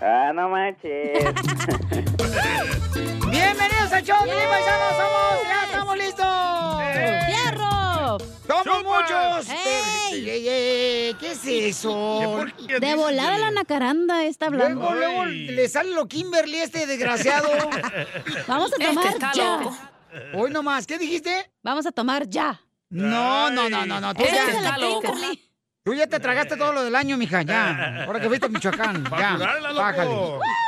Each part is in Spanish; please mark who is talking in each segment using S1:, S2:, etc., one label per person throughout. S1: Ah, no manches.
S2: Bienvenidos al show, Felipe Paisano, somos, ya estamos listos.
S3: ¡Fierro!
S2: Somos muchos.
S3: ¡Ey!
S2: Ey, ey, ey, ¿Qué es eso?
S3: De volada la nacaranda está hablando.
S2: Luego, luego le sale lo Kimberly a este desgraciado.
S3: Vamos a tomar ya.
S2: Hoy nomás, ¿qué dijiste?
S3: Vamos a Este tomar ya.
S2: No, no, no, no, no. Tú,
S3: Esa
S2: ya,
S3: es la Kimberly.
S2: tú ya te tragaste todo lo del año, mija, ya. Ahora que fuiste a Michoacán, ya.
S4: Facturarla, loco.
S2: Bájale.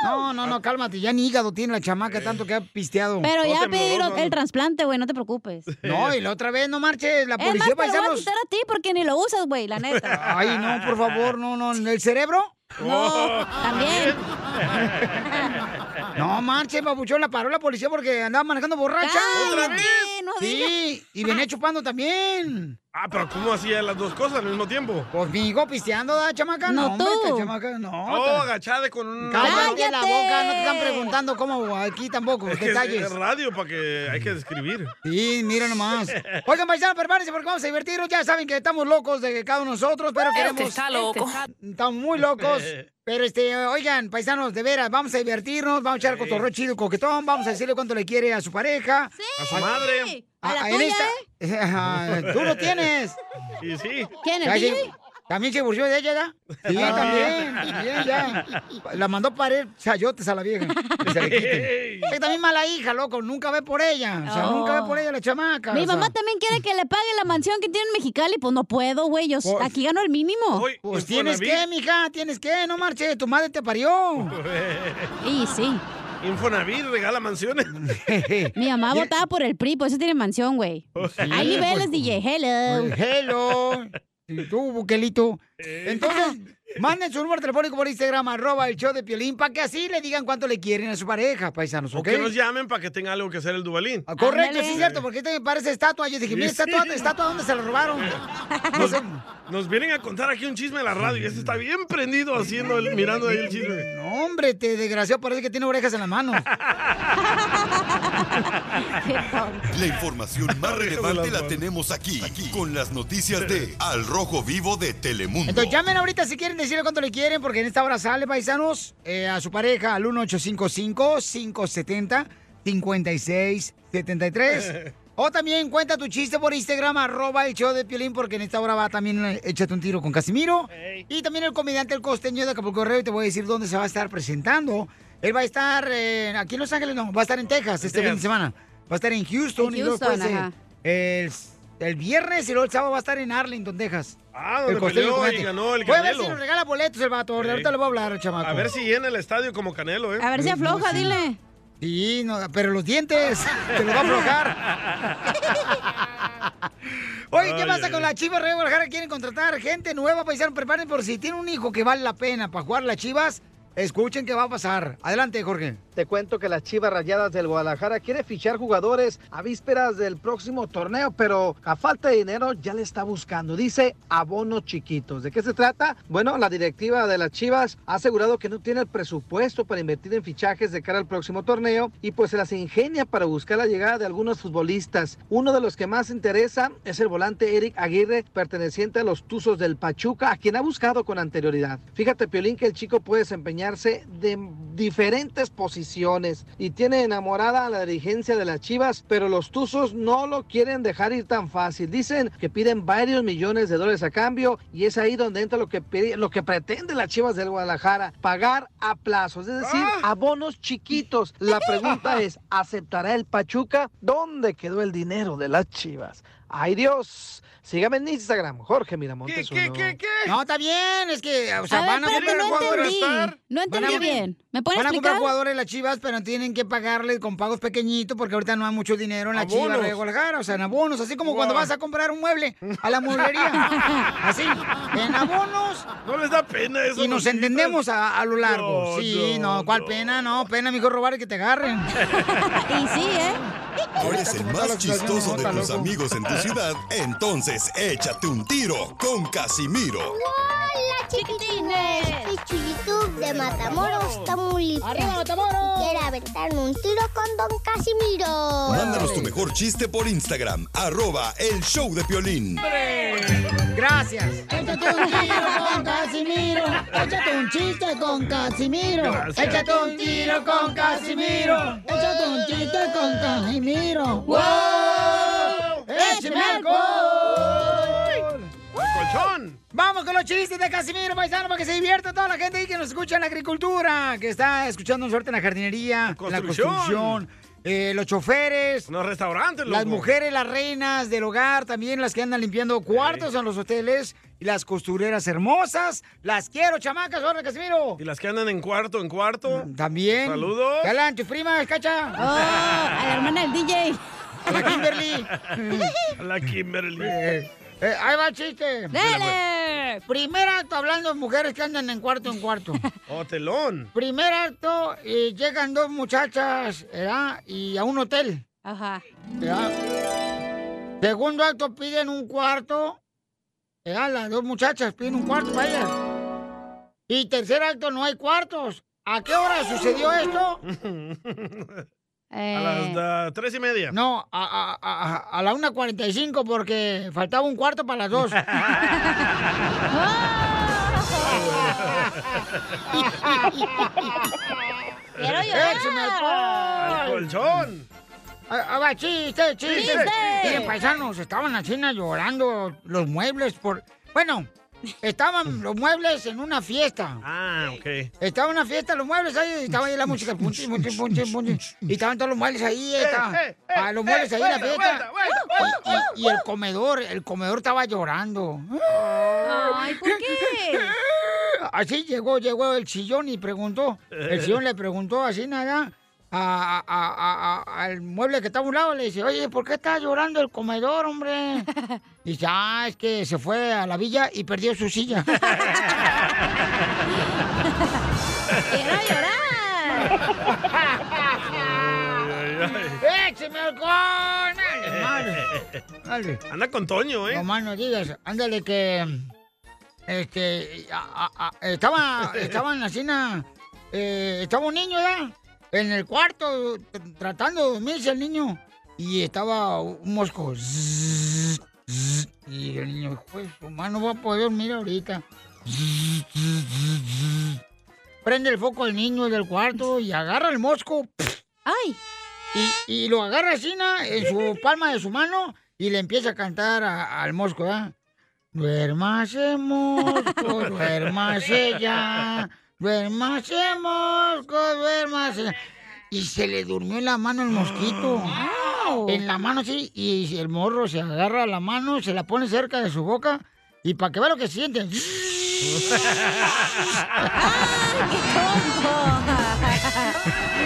S2: No, no,
S4: Ah.
S2: no, cálmate. Ya ni hígado tiene la chamaca tanto que ha pisteado.
S3: Pero
S4: No
S3: ya
S4: tembloroso,
S3: pidieron el
S4: no.
S3: trasplante, güey, no te preocupes.
S2: No, y la otra vez no marches, la
S3: Es más, te
S2: policía
S3: lo voy a
S2: paisanos.
S3: quitar a ti porque ni lo usas, güey, la neta.
S2: Ay, no, por favor, no, no, ¿el cerebro?
S4: Oh.
S3: No, también.
S2: No, marche, papuchón, la paró la policía porque andaba manejando borracha.
S3: ¡Cállate! No digas.
S2: Sí, y venía chupando también.
S4: Ah, pero ¿cómo hacía las dos cosas al mismo tiempo?
S2: Pues migo, pisteando, da chamaca, no,
S3: No,
S2: hombre,
S3: tú.
S2: ta chamaca, no.
S4: Oh,
S2: ta-
S4: agachada con un...
S2: Cállate la
S3: ¡Cállate!
S2: boca, no te están preguntando cómo aquí tampoco,
S4: Es que es-
S2: detalles.
S4: es radio para que hay que describir.
S2: Sí, mira nomás. Oigan, paisanos, prepárense porque vamos a divertirnos. Ya saben que estamos locos de cada uno de nosotros, pero
S3: Este
S2: queremos.
S5: está loco.
S2: Estamos muy locos. Pero este, oigan, paisanos, de veras, vamos a divertirnos, vamos a echar cotorreo chido y coquetón, vamos a decirle cuánto le quiere a su pareja.
S4: A su madre.
S3: A la
S2: Ah, en
S3: tuya,
S2: esta-
S3: ¿eh?
S2: Tú lo tienes.
S4: Y sí.
S3: ¿Quién, el
S2: Ya
S3: DJ?
S2: llegó- ¿También se divorció de ella Ah, ya? Sí, también. también, ya. La mandó parir chayotes a la vieja. que se le quiten.
S4: Ey.
S2: Es también mala hija, loco. Nunca ve por ella. O sea,
S3: Oh.
S2: nunca ve por ella la chamaca.
S3: Mi
S2: o sea.
S3: mamá también quiere que le pague la mansión que tiene en Mexicali. Pues no puedo, güey. Yo s-
S2: Pues-
S3: aquí gano el mínimo.
S4: Hoy,
S2: Pues tienes
S4: Infonavit.
S2: que, mija, tienes que, no marches, tu madre te parió.
S3: Y sí.
S4: Infonavit regala mansiones.
S3: Mi mamá votaba por el PRI, por eso tiene mansión, güey. Hay niveles, DJ. Hello.
S2: Pues Hello. Y tú, buquelito. Entonces, manden su número telefónico por Instagram, arroba el show de Piolín, para que así le digan cuánto le quieren a su pareja, paisanos,
S4: O
S2: ¿ok?
S4: que nos llamen para que tenga algo que hacer el Dubalín.
S2: Ah, Correcto,
S3: Ándale.
S2: sí es cierto, porque este me parece estatua. Yo dije, mira, estatua, estatua, ¿dónde se la robaron? No
S4: Nos,
S2: sé.
S4: nos vienen a contar aquí un chisme a la radio y este está bien prendido haciendo el, mirando ahí el chisme.
S2: No, hombre, te desgració, parece que tiene orejas en las manos.
S3: Qué tonto.
S6: La información más relevante la tenemos aquí, aquí, con las noticias de Al Rojo Vivo de Telemundo.
S2: Entonces llamen ahorita si quieren decirle cuánto le quieren, porque en esta hora sale, paisanos, eh, a su pareja al 1855-570-5673. O también cuenta tu chiste por Instagram, arroba el show de Piolín, porque en esta hora va también eh, échate un tiro con Casimiro. Y también el comediante El Costeño de Acapulco Correo, y te voy a decir dónde se va a estar presentando. Él va a estar eh, aquí en Los Ángeles, no, va a estar en Texas este
S4: Texas.
S2: fin de semana. Va a estar en Houston,
S3: En
S2: y luego después,
S3: Houston,
S2: eh,
S3: ajá.
S2: el, el viernes y luego el sábado va a estar en Arlington, Texas.
S4: Ah,
S2: El
S4: donde
S2: costeño
S4: peleó y
S2: comediante.
S4: ganó el
S2: Voy a ver si nos
S4: Canelo.
S2: regala boletos el vato.
S4: Sí.
S2: Ahorita le voy a hablar al chamaco.
S4: A ver si ¿eh? llena el estadio como Canelo, ¿eh?
S3: A ver si afloja,
S2: sí.
S3: dile.
S2: Sí, no, pero los dientes. Te los va a aflojar. Oye, ¿qué
S4: Ay,
S2: pasa
S4: ay,
S2: con
S4: ay.
S2: la Chivas Rey Guadalajara? Quieren contratar gente nueva, paisano. Preparen por si tiene un hijo que vale la pena para jugar las Chivas. Escuchen qué va a pasar. Adelante, Jorge.
S7: Te cuento que las Chivas Rayadas del Guadalajara quiere fichar jugadores a vísperas del próximo torneo, pero a falta de dinero ya le está buscando. Dice abonos chiquitos. ¿De qué se trata? Bueno, la directiva de las Chivas ha asegurado que no tiene el presupuesto para invertir en fichajes de cara al próximo torneo y pues se las ingenia para buscar la llegada de algunos futbolistas. Uno de los que más interesa es el volante Eric Aguirre, perteneciente a los Tuzos del Pachuca, a quien ha buscado con anterioridad. Fíjate, Piolín, que el chico puede desempeñarse de diferentes posiciones y tiene enamorada a la dirigencia de las Chivas, pero los Tuzos no lo quieren dejar ir tan fácil. Dicen que piden varios millones de dólares a cambio y es ahí donde entra lo que, pide- lo que pretende las Chivas del Guadalajara, pagar a plazos, es decir,
S4: Ah.
S7: abonos chiquitos. La pregunta es, ¿aceptará el Pachuca? ¿Dónde quedó el dinero de las Chivas? ¡Ay Dios! Sígame en Instagram, Jorge
S4: ¿Qué,
S7: Miramontes.
S4: qué,
S7: uno.
S4: qué, qué?
S2: No, está bien. Es que, o sea,
S3: A ver,
S2: van a
S3: espérate,
S2: comprar
S3: no
S2: jugadores.
S3: entendí. No
S2: Van a-
S3: entendí bien. ¿Me pueden
S2: Van a comprar
S3: explicar?
S2: jugadores las Chivas, pero tienen que pagarles con pagos pequeñitos porque ahorita no hay mucho dinero en la
S4: Abonos.
S2: Chivas de Guadalajara, o sea, en abonos, así como cuando
S4: Wow.
S2: vas a comprar un mueble a la mueblería. así, en abonos
S4: ¿No les da pena eso?
S2: y nos entendemos a, a lo largo.
S4: No,
S2: sí, no,
S4: no,
S2: ¿cuál
S4: no.
S2: pena? No, pena, mijo, robar y que te agarren.
S3: Y sí, ¿eh?
S6: Tú eres el más chistoso de
S2: Está
S6: tus
S2: loco.
S6: amigos en tu ciudad, entonces échate un tiro con Casimiro.
S8: Hola,
S1: chiquitines! Soy YouTube de Matamoros, Tamaulipas.
S2: ¡Arriba, Matamoros!
S1: Y quiero aventarme un tiro con Don Casimiro.
S6: Mándanos tu mejor chiste por Instagram, arroba el show de Piolín.
S2: Gracias. Échate un tiro con Casimiro. Échate un chiste con Casimiro.
S5: Gracias.
S2: Échate un tiro con Casimiro. Échate un chiste con Casimiro.
S5: ¡Wow!
S2: ¡Échame alcohol! colchón! Vamos con los chistes de Casimiro Paisano para que se divierta toda la gente ahí que nos escucha en la agricultura, que está escuchando suerte en la jardinería, en la
S4: construcción.
S2: construcción, eh, los choferes.
S4: Los restaurantes,
S2: Las
S4: loco.
S2: mujeres, las reinas del hogar, también las que andan limpiando cuartos en los hoteles y las costureras hermosas. Las quiero, chamacas, ahora Casimiro. Mm,
S4: Y las que andan en cuarto, en cuarto.
S2: También.
S4: Saludos.
S2: Galán, tus primas, cacha.
S4: Ah, a la hermana
S2: del DJ. A la Kimberly.
S4: La Kimberly.
S2: Eh, eh, ahí va el chiste.
S4: Dale.
S2: Primer acto, hablando de mujeres que andan en cuarto en cuarto.
S4: O telón.
S2: Primer acto, eh, llegan dos muchachas ¿verdad? y a un hotel. Ajá. Segundo acto, piden un cuarto. ¿verdad? Las dos muchachas piden un cuarto para ellas. Y tercer acto, no hay cuartos. ¿A qué hora sucedió esto? Eh,
S4: A las da- tres y media.
S2: No, a, a, a, a la 1.45 porque faltaba un cuarto para las dos.
S5: Quiero
S2: Eh,
S5: llorar.
S2: ¡Échame alcohol!
S5: Al
S4: colchón!
S2: Ah, ah, va, chiste, chiste.
S5: ¡Chiste!
S2: Miren, paisanos, estaban así na, llorando los muebles por... Bueno, estaban los muebles en una fiesta.
S4: Ah, ok.
S2: Estaba en una fiesta los muebles ahí, estaba ahí la música. punchi, punchi, punchi, punchi, y estaban todos los muebles ahí,
S5: Eh,
S2: está.
S5: eh,
S2: Ah, los muebles
S5: eh,
S2: ahí en la
S5: vuelta,
S2: fiesta.
S5: vuelta,
S2: Y- y- Y, el comedor, el comedor estaba llorando.
S5: Ay, ¿por qué?
S2: Así llegó, llegó el sillón y preguntó. El sillón le preguntó así nada. a- a- a- a- al mueble que estaba a un lado le dice, oye, ¿por qué está llorando el comedor, hombre? Dice, ah, es que se fue a la villa y perdió su silla.
S5: ¡Quiero llorar!
S2: ¡Écheme alcohol! ¡Dale, madre! Dale.
S4: Anda con Toño, ¿eh?
S2: No más no digas. Ándale que... Este... a- a- a- estaba, estaba en la cena... eh, estaba un niño, ¿verdad? En el cuarto, t- tratando de dormirse el niño. Y estaba un mosco. Zzz, zzz, Y el niño, pues, su mano va a poder dormir ahorita. Zzz, zzz, zzz, zzz. Prende el foco al niño del cuarto y agarra el mosco. ¡Ay! Y, y lo agarra así, ¿na? en su palma de su mano y le empieza a cantar a- al mosco, ¿verdad? Duérmase, mosco, duérmase ya. Duérmase, mosco, duérmase. Y se le durmió en la mano el mosquito. En la mano, sí. Y el morro se agarra la mano, se la pone cerca de su boca. Y para que vea lo que siente.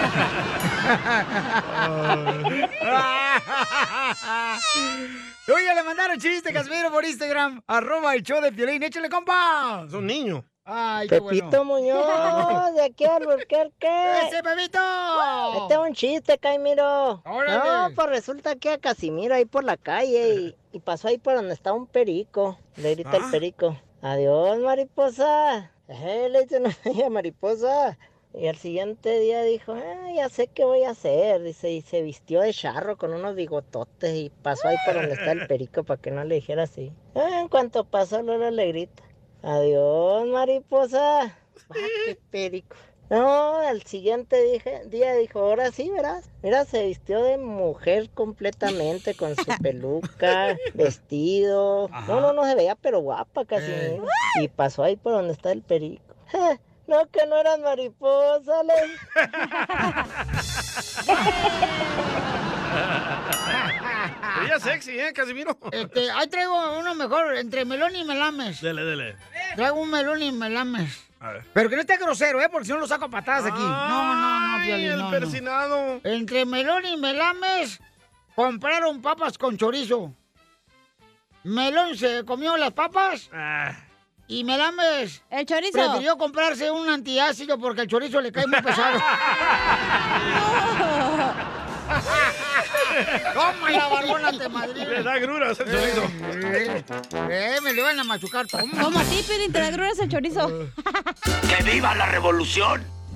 S2: Oye, le mandaron chiste, Casimiro, por Instagram. Arroba el show de Piolín. Échale, compa. Es
S4: un niño.
S2: Ay, qué bueno.
S8: Pepito Muñoz, de aquí al Burquerque.
S2: ¡Ese Pepito!
S8: Este es un chiste, Caimiro.
S2: Órale.
S8: No, pues resulta que a Casimiro ahí por la calle y, y pasó ahí por donde está un perico. Le grita
S9: Ah.
S8: el perico. Adiós, mariposa. Eh, le dice una media mariposa. Y al siguiente día dijo, "Ah, ya sé qué voy a hacer. Dice, y se vistió de charro con unos bigototes y pasó ahí por donde está el perico para que no le dijera así. Ah, en cuanto pasó, Lolo le grita. Adiós, mariposa. Ah, qué perico. No, al siguiente dije- día dijo, ahora sí, verás. Mira, se vistió de mujer completamente con su peluca, vestido. No, no, no se veía, pero guapa casi.
S2: Eh.
S8: Y pasó ahí por donde está el perico. No, que no eran mariposas.
S4: Ella es sexy, ¿eh, Casimiro?
S2: Este, ahí traigo uno mejor, entre melón y melames.
S4: Dele, dele.
S2: Traigo un melón y melames.
S4: A ver.
S2: Pero que no esté grosero, ¿eh? Porque si no lo saco a patadas aquí. No, no, no, Piolín,
S4: el
S2: no, no.
S4: persinado.
S2: Entre melón y melames compraron papas con chorizo. Melón se comió las papas
S4: Ah.
S2: y melames... El chorizo. Prefirió comprarse un antiácido porque el chorizo le cae muy pesado. Toma la barbona, te madre.
S4: Le da gruras el chorizo.
S2: Eh, me lo iban a machucar, toma.
S3: Como a ti, Piolín, te da gruras el chorizo.
S6: ¡Que viva la revolución!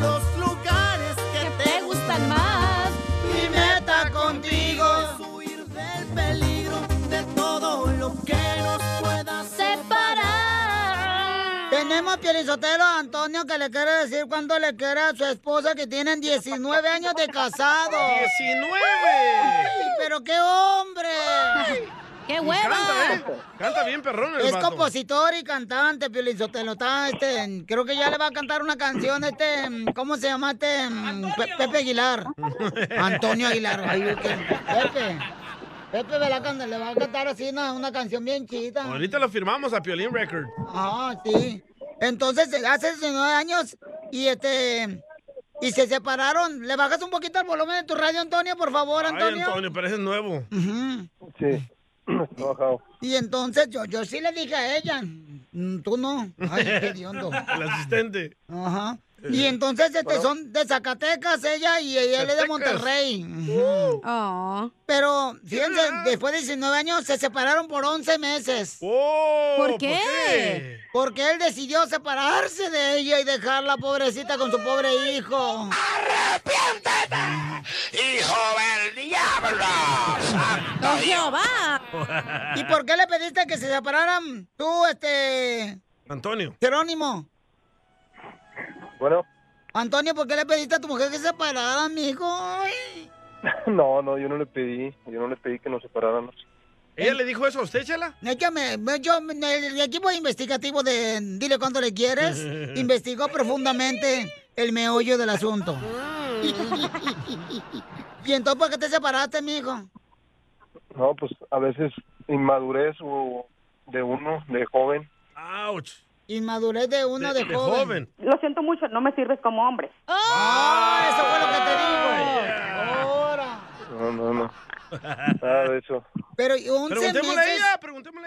S5: los lugares que te gustan más. Mi meta contigo es huir del peligro de todo lo que nos pueda separar.
S2: Tenemos Pierizotero a Antonio que le quiere decir cuánto le quiere a su esposa que tienen 19 años de casado.
S4: ¡19!
S2: ¡Pero qué hombre!
S4: Y Canta, ¿eh? Canta bien perrón el
S2: Es
S4: vato.
S2: compositor y cantante, Piolín Sotelo. Está, este, creo que ya le va a cantar una canción, este, ¿cómo se llama este? Pe- Pepe Aguilar. Antonio Aguilar. ay, yo qué- Pepe. Pepe Velázquez le va a cantar así una, una canción bien chida.
S4: Ahorita lo firmamos a Piolín Record.
S2: Ah, sí. Entonces, hace 19 años y este y se separaron. ¿Le bajas un poquito el volumen de tu radio, Antonio, por favor,
S4: Ay,
S2: Antonio?
S4: Antonio, parece nuevo.
S10: Sí. Está bajado.
S2: Y entonces yo, yo sí le dije a ella, "Mm, tú no. Ay, qué hediondo.
S4: El asistente.
S2: Ajá. Y entonces este,
S4: Bueno.
S2: son de Zacatecas ella y ella es de
S4: Zacatecas.
S2: Monterrey. Ujú. Pero fíjense, después de 19 años se separaron por 11 meses.
S3: ¿Por qué? ¿por qué?
S2: Porque él decidió separarse de ella y dejarla pobrecita con su pobre hijo.
S5: ¡Hijo del diablo! ¡Santo Jehová!
S2: ¿Y por qué le pediste que se separaran tú, este,
S4: Antonio.
S2: Jerónimo?
S10: Bueno,
S2: Antonio, ¿por qué le pediste a tu mujer que se separara, mijo? Ay.
S10: no, no, yo no le pedí. Yo no le pedí que nos separáramos.
S4: ¿Ella le dijo eso a usted, Chela?
S2: Es que me- me- yo- el equipo investigativo de Dile Cuánto Le Quieres investigó profundamente el meollo del asunto. ¿Y entonces por qué te separaste, mijo?
S10: No, pues a veces inmadurez o de uno, de joven.
S4: ¡Auch!
S2: Inmadurez de uno de, joven.
S11: Lo siento mucho, no me sirves como hombre.
S2: ¡Ah! Eso fue lo que te digo. Ahora.
S10: No, no, no. Nada de eso.
S2: Pero y 11
S10: Preguntémosle a
S2: meses-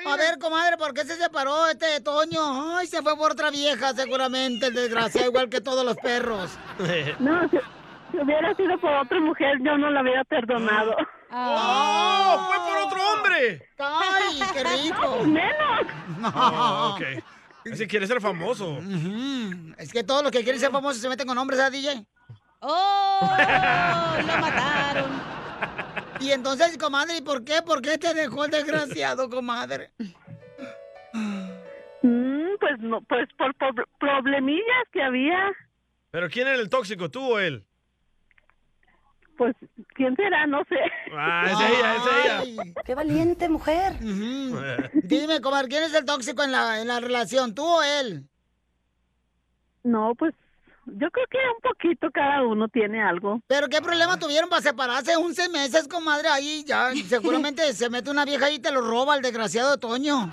S10: ella,
S2: A ver, comadre, ¿por qué se separó este Toño? Ay, se fue por otra vieja, seguramente, el desgraciado, igual que todos los perros.
S11: No, si, si hubiera sido por otra mujer, yo no la hubiera perdonado.
S2: Ah.
S4: ¡Oh! ¡Fue por otro hombre!
S2: ¡Ay, qué rico!
S4: Oh, ok. Ese quiere ser famoso.
S2: Es que todos los que quieren ser famosos se meten con hombres, ¿ah, DJ?
S3: ¡Oh! ¡Lo mataron!
S2: Y entonces, comadre, ¿y por qué? ¿Por qué te dejó el desgraciado, comadre?
S11: Mm, pues no, pues por, por problemillas que había.
S4: ¿Pero quién era el tóxico, tú o él?
S11: Pues, ¿quién será? No sé.
S4: Ah, es ella, es ella.
S2: ¡Qué valiente mujer! Dime, comadre, ¿quién es el tóxico en la, en la relación, tú o él?
S11: No, pues, yo creo que un poquito cada uno tiene algo. Ah.
S2: ¿Pero qué problema tuvieron para separarse 11 meses, comadre? Ahí ya seguramente se mete una vieja ahí y te lo roba el desgraciado Toño.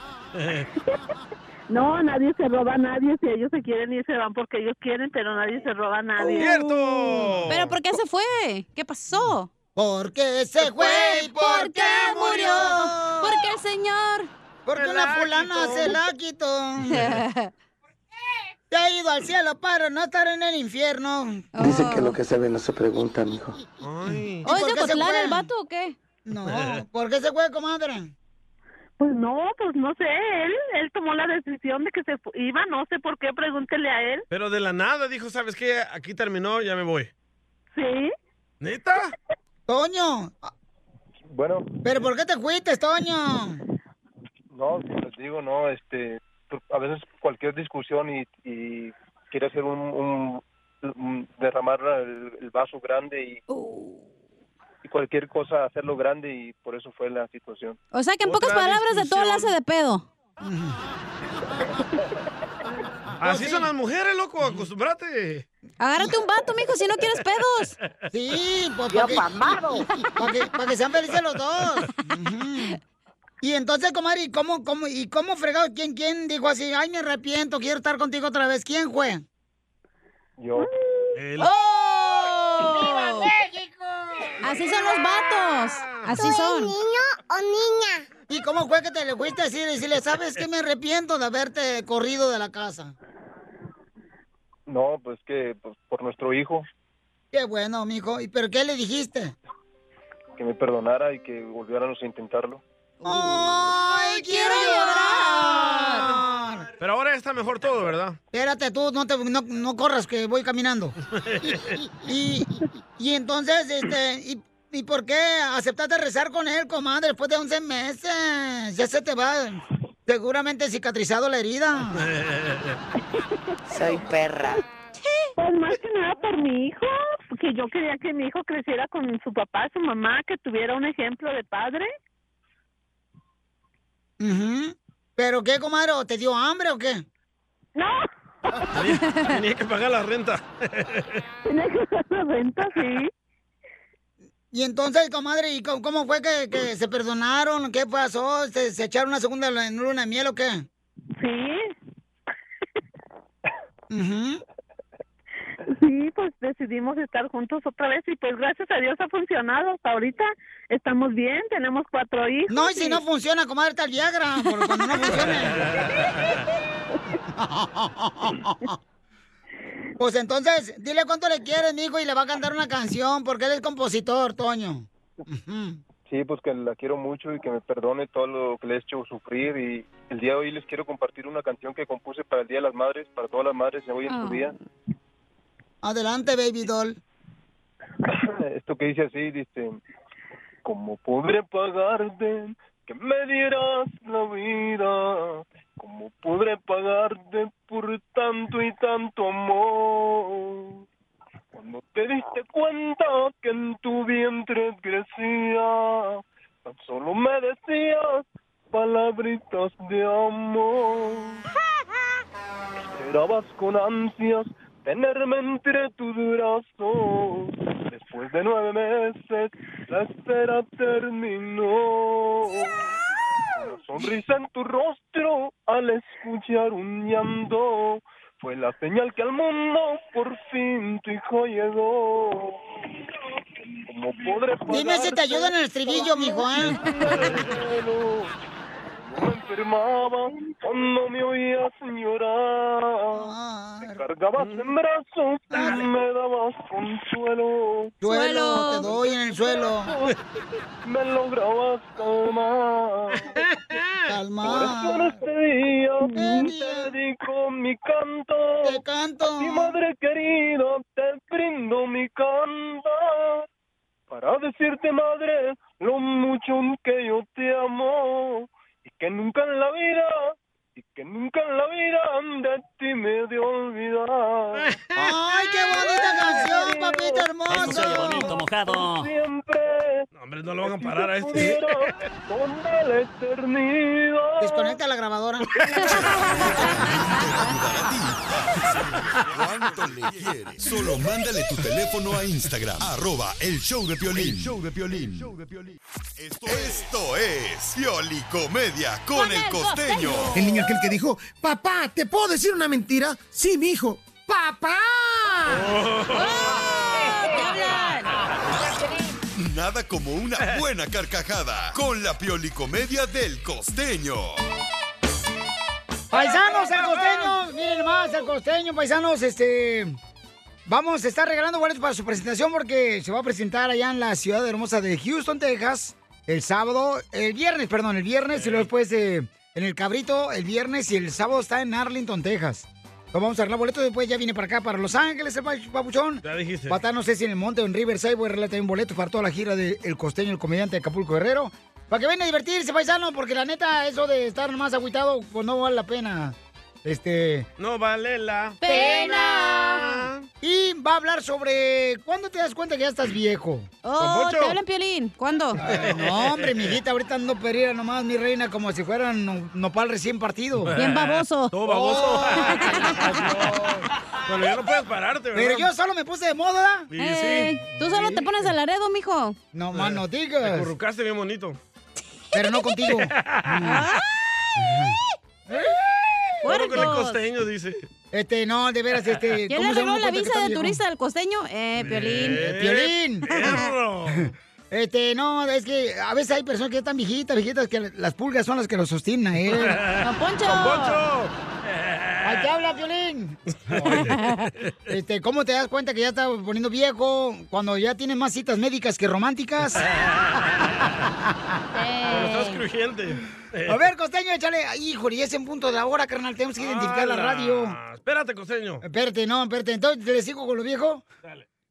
S11: No, nadie se roba a nadie. Si ellos se quieren ir, se van porque ellos quieren, pero nadie se roba a nadie.
S4: ¡Cierto!
S3: ¿Pero por qué se fue? ¿Qué pasó?
S2: Porque se
S5: fue y
S2: por qué murió.
S3: Porque el señor.
S2: Porque una fulana se la quitó. Te ha ido al cielo para no estar en el infierno.
S12: Dicen que
S2: "Ah".
S12: lo que se ve no se pregunta, mijo.
S2: ¿Y
S3: ¿Oh, es
S2: por
S3: de
S2: qué se
S3: Ocotlán
S2: fue?
S3: el vato o qué?
S2: No, ¿por qué se fue, comadre?
S11: Pues no, pues no sé. Él, él tomó la decisión de que se fu- iba. No sé por qué. Pregúntele a él.
S4: Pero de la nada dijo, ¿sabes qué? Aquí terminó, ya me voy.
S11: Sí.
S4: ¿Neta?
S2: Toño.
S10: Bueno,
S2: ¿Pero por qué te fuiste, Toño?
S10: no, les digo, no, este, por- a veces cualquier discusión y, y quiere hacer un, un- un- derramar el, el vaso grande y,
S3: Uh.
S10: y cualquier cosa hacerlo grande y por eso fue la situación.
S3: O sea que en pocas
S10: Otra
S3: palabras de todo la hace de pedo.
S4: Así son las mujeres, loco, acostúmbrate.
S3: Agárrate un vato, mijo, si no quieres pedos.
S2: Sí, pues
S3: Yo
S2: que-
S3: mamado.
S2: pa' que, pa' que sean felices los dos. Ujú. Y entonces, comadre, ¿y cómo, cómo, y cómo fregado? ¿Quién, ¿Quién dijo así? Ay, me arrepiento, quiero estar contigo otra vez. ¿Quién fue?
S10: Yo.
S2: ¡Oh!
S1: ¡Viva
S2: México!
S3: Así son los vatos. Así son.
S2: niño o niña? ¿Y cómo fue que te le fuiste a decir? Y si le sabes que me arrepiento de haberte corrido de la casa.
S10: No, pues que pues, por nuestro hijo,
S2: Qué bueno, mijo. ¿Y pero qué le dijiste?
S10: que me perdonara y que volviéramos a intentarlo.
S2: ¡Ay, quiero llorar!
S4: Pero ahora está mejor todo, ¿verdad?
S2: Espérate tú, no, te, no, no corras que voy caminando. Y, y entonces, este, ¿y, y por qué aceptaste rezar con él, comadre, después de 11 meses? Ya se te va seguramente cicatrizado la herida.
S11: Soy perra. Pues más que nada por mi hijo, porque yo quería que mi hijo creciera con su papá, su mamá, que tuviera un ejemplo de padre.
S2: Ujú. ¿Pero qué, comadre? ¿Te dio hambre o qué?
S11: No.
S4: Tenía que pagar la renta.
S11: Tenía que pagar la renta, sí.
S2: Y entonces, comadre, ¿y cómo, cómo fue que, que se perdonaron? ¿Qué pasó? ¿Se, se echaron una segunda luna- luna de miel o qué?
S11: Sí.
S2: Ujú.
S11: Sí, pues decidimos estar juntos otra vez y pues gracias a Dios ha funcionado hasta ahorita. Estamos bien, tenemos cuatro hijos.
S2: No, y si no funciona, comadre, está el Viagra, por cuando no funcione. Pues entonces, dile cuánto le quieres, mijo, y le va a cantar una canción, porque él es compositor, Toño.
S10: Sí, pues que la quiero mucho y que me perdone todo lo que le he hecho sufrir. Y el día de hoy les quiero compartir una canción que compuse para el Día de las Madres, para todas las madres de hoy en
S2: Ah.
S10: su día.
S2: Adelante, baby doll.
S10: Esto que dice así, dice, ¿cómo podré pagarte que me dieras la vida? ¿Cómo podré pagarte por tanto y tanto amor? Cuando te diste cuenta que en tu vientre crecía, tan solo me decías palabritas de amor. Esperabas con ansias tenerme entre tus brazos. Después de nueve meses, la espera terminó. Una sonrisa en tu rostro al escuchar un llanto fue la señal que al mundo por fin tu hijo llegó. Como podré
S2: Dime si te
S10: pagarte
S2: ayuda en el estribillo, mijo, ¿eh?
S10: yo me enfermaba cuando me oías
S2: Ah.
S10: llorar. Me cargabas en brazos y me dabas consuelo.
S2: Suelo, te doy en el suelo.
S10: Me lograbas calmar. Por eso
S2: Calmar.
S10: en este día te dedico mi canto.
S2: Te canto.
S10: Mi madre querida, te brindo mi canto. Para decirte, madre, lo mucho que yo te amo. Y que nunca en la vida, y que nunca en la vida de ti me he de olvidar.
S2: ¡Ay, qué Ah, bonita canción, papito hermoso!
S10: bonito,
S4: mojado.
S10: Siempre
S4: Hombre, no lo van a parar a este.
S10: pudiera toda la eternidad.
S2: Desconecta la grabadora.
S6: ¿Cuánto le quieres? Solo mándale tu teléfono a Instagram, arroba el show de Piolín.
S13: El
S6: show de Esto, esto es Pioli Comedia con el costeño.
S13: El niño aquel que dijo, papá, ¿te puedo decir una mentira? Sí, mi hijo. ¡Papá!
S6: Nada como una buena carcajada con la Pioli Comedia del costeño.
S2: Paisanos, el costeño, miren más, el costeño, paisanos, este. Vamos a estar regalando boletos para su presentación porque se va a presentar allá en la ciudad hermosa de Houston, Texas, el sábado, el viernes, perdón, el viernes y luego después eh, en el Cabrito el viernes y el sábado está en Arlington, Texas. Entonces vamos a arreglar boletos, después ya viene para acá, para Los Ángeles, el pa- papuchón.
S4: Ya dijiste.
S2: Va a estar, no sé si en el monte o en Riverside, voy a arreglar también boletos para toda la gira de El Costeño, el comediante de Acapulco Guerrero. Para que vengan a divertirse, paisano, porque la neta, eso de estar más agüitado, pues no vale la pena. Este.
S4: No vale la
S2: Pena. Y va a hablar sobre cuándo te das cuenta que ya estás viejo.
S3: Oh, te hablan piolín. ¿Cuándo?
S2: Ay, no, hombre, mi hijita, ahorita ando perera nomás, mi reina, como si fueran no- nopal recién partido. Oh.
S3: Bien baboso.
S2: Todo
S4: baboso. Pero ya no puedes pararte, ¿verdad?
S2: Pero yo solo me puse de moda.
S4: Sí,
S3: Ey, Eh, Tú solo te pones al aredo, mijo.
S2: No más no digas.
S4: Te currucaste bien bonito.
S2: Pero no contigo.
S3: Ah,
S4: Bueno, con el
S3: Puercos.
S4: costeño, dice.
S2: Este, no, de veras, este.
S3: ¿Quién
S2: ¿cómo
S3: le
S2: se
S3: arregló
S2: llama?
S3: la
S2: Cuenta que
S3: visa
S2: está
S3: de
S2: viejo.
S3: turista al costeño? Eh, Piolín.
S2: Eh, Piolín. Este, no, es que a veces hay personas que están viejitas, viejitas, que las pulgas son las que los sostienen, ¿eh?
S5: ¡Don Poncho! ¡Don Poncho!
S2: ¡Aquí habla, Piolín! Este, ¿cómo te das cuenta que ya estás poniendo viejo cuando ya tienes más citas médicas que románticas?
S4: Pero estás crujiente.
S2: A ver, costeño, échale. Ay, Híjole, ya es en punto de la hora, carnal. Tenemos que identificar la
S4: ¡Hala!
S2: radio.
S4: Espérate, costeño.
S2: Espérate, no, espérate. Entonces, ¿te le sigo con lo viejo?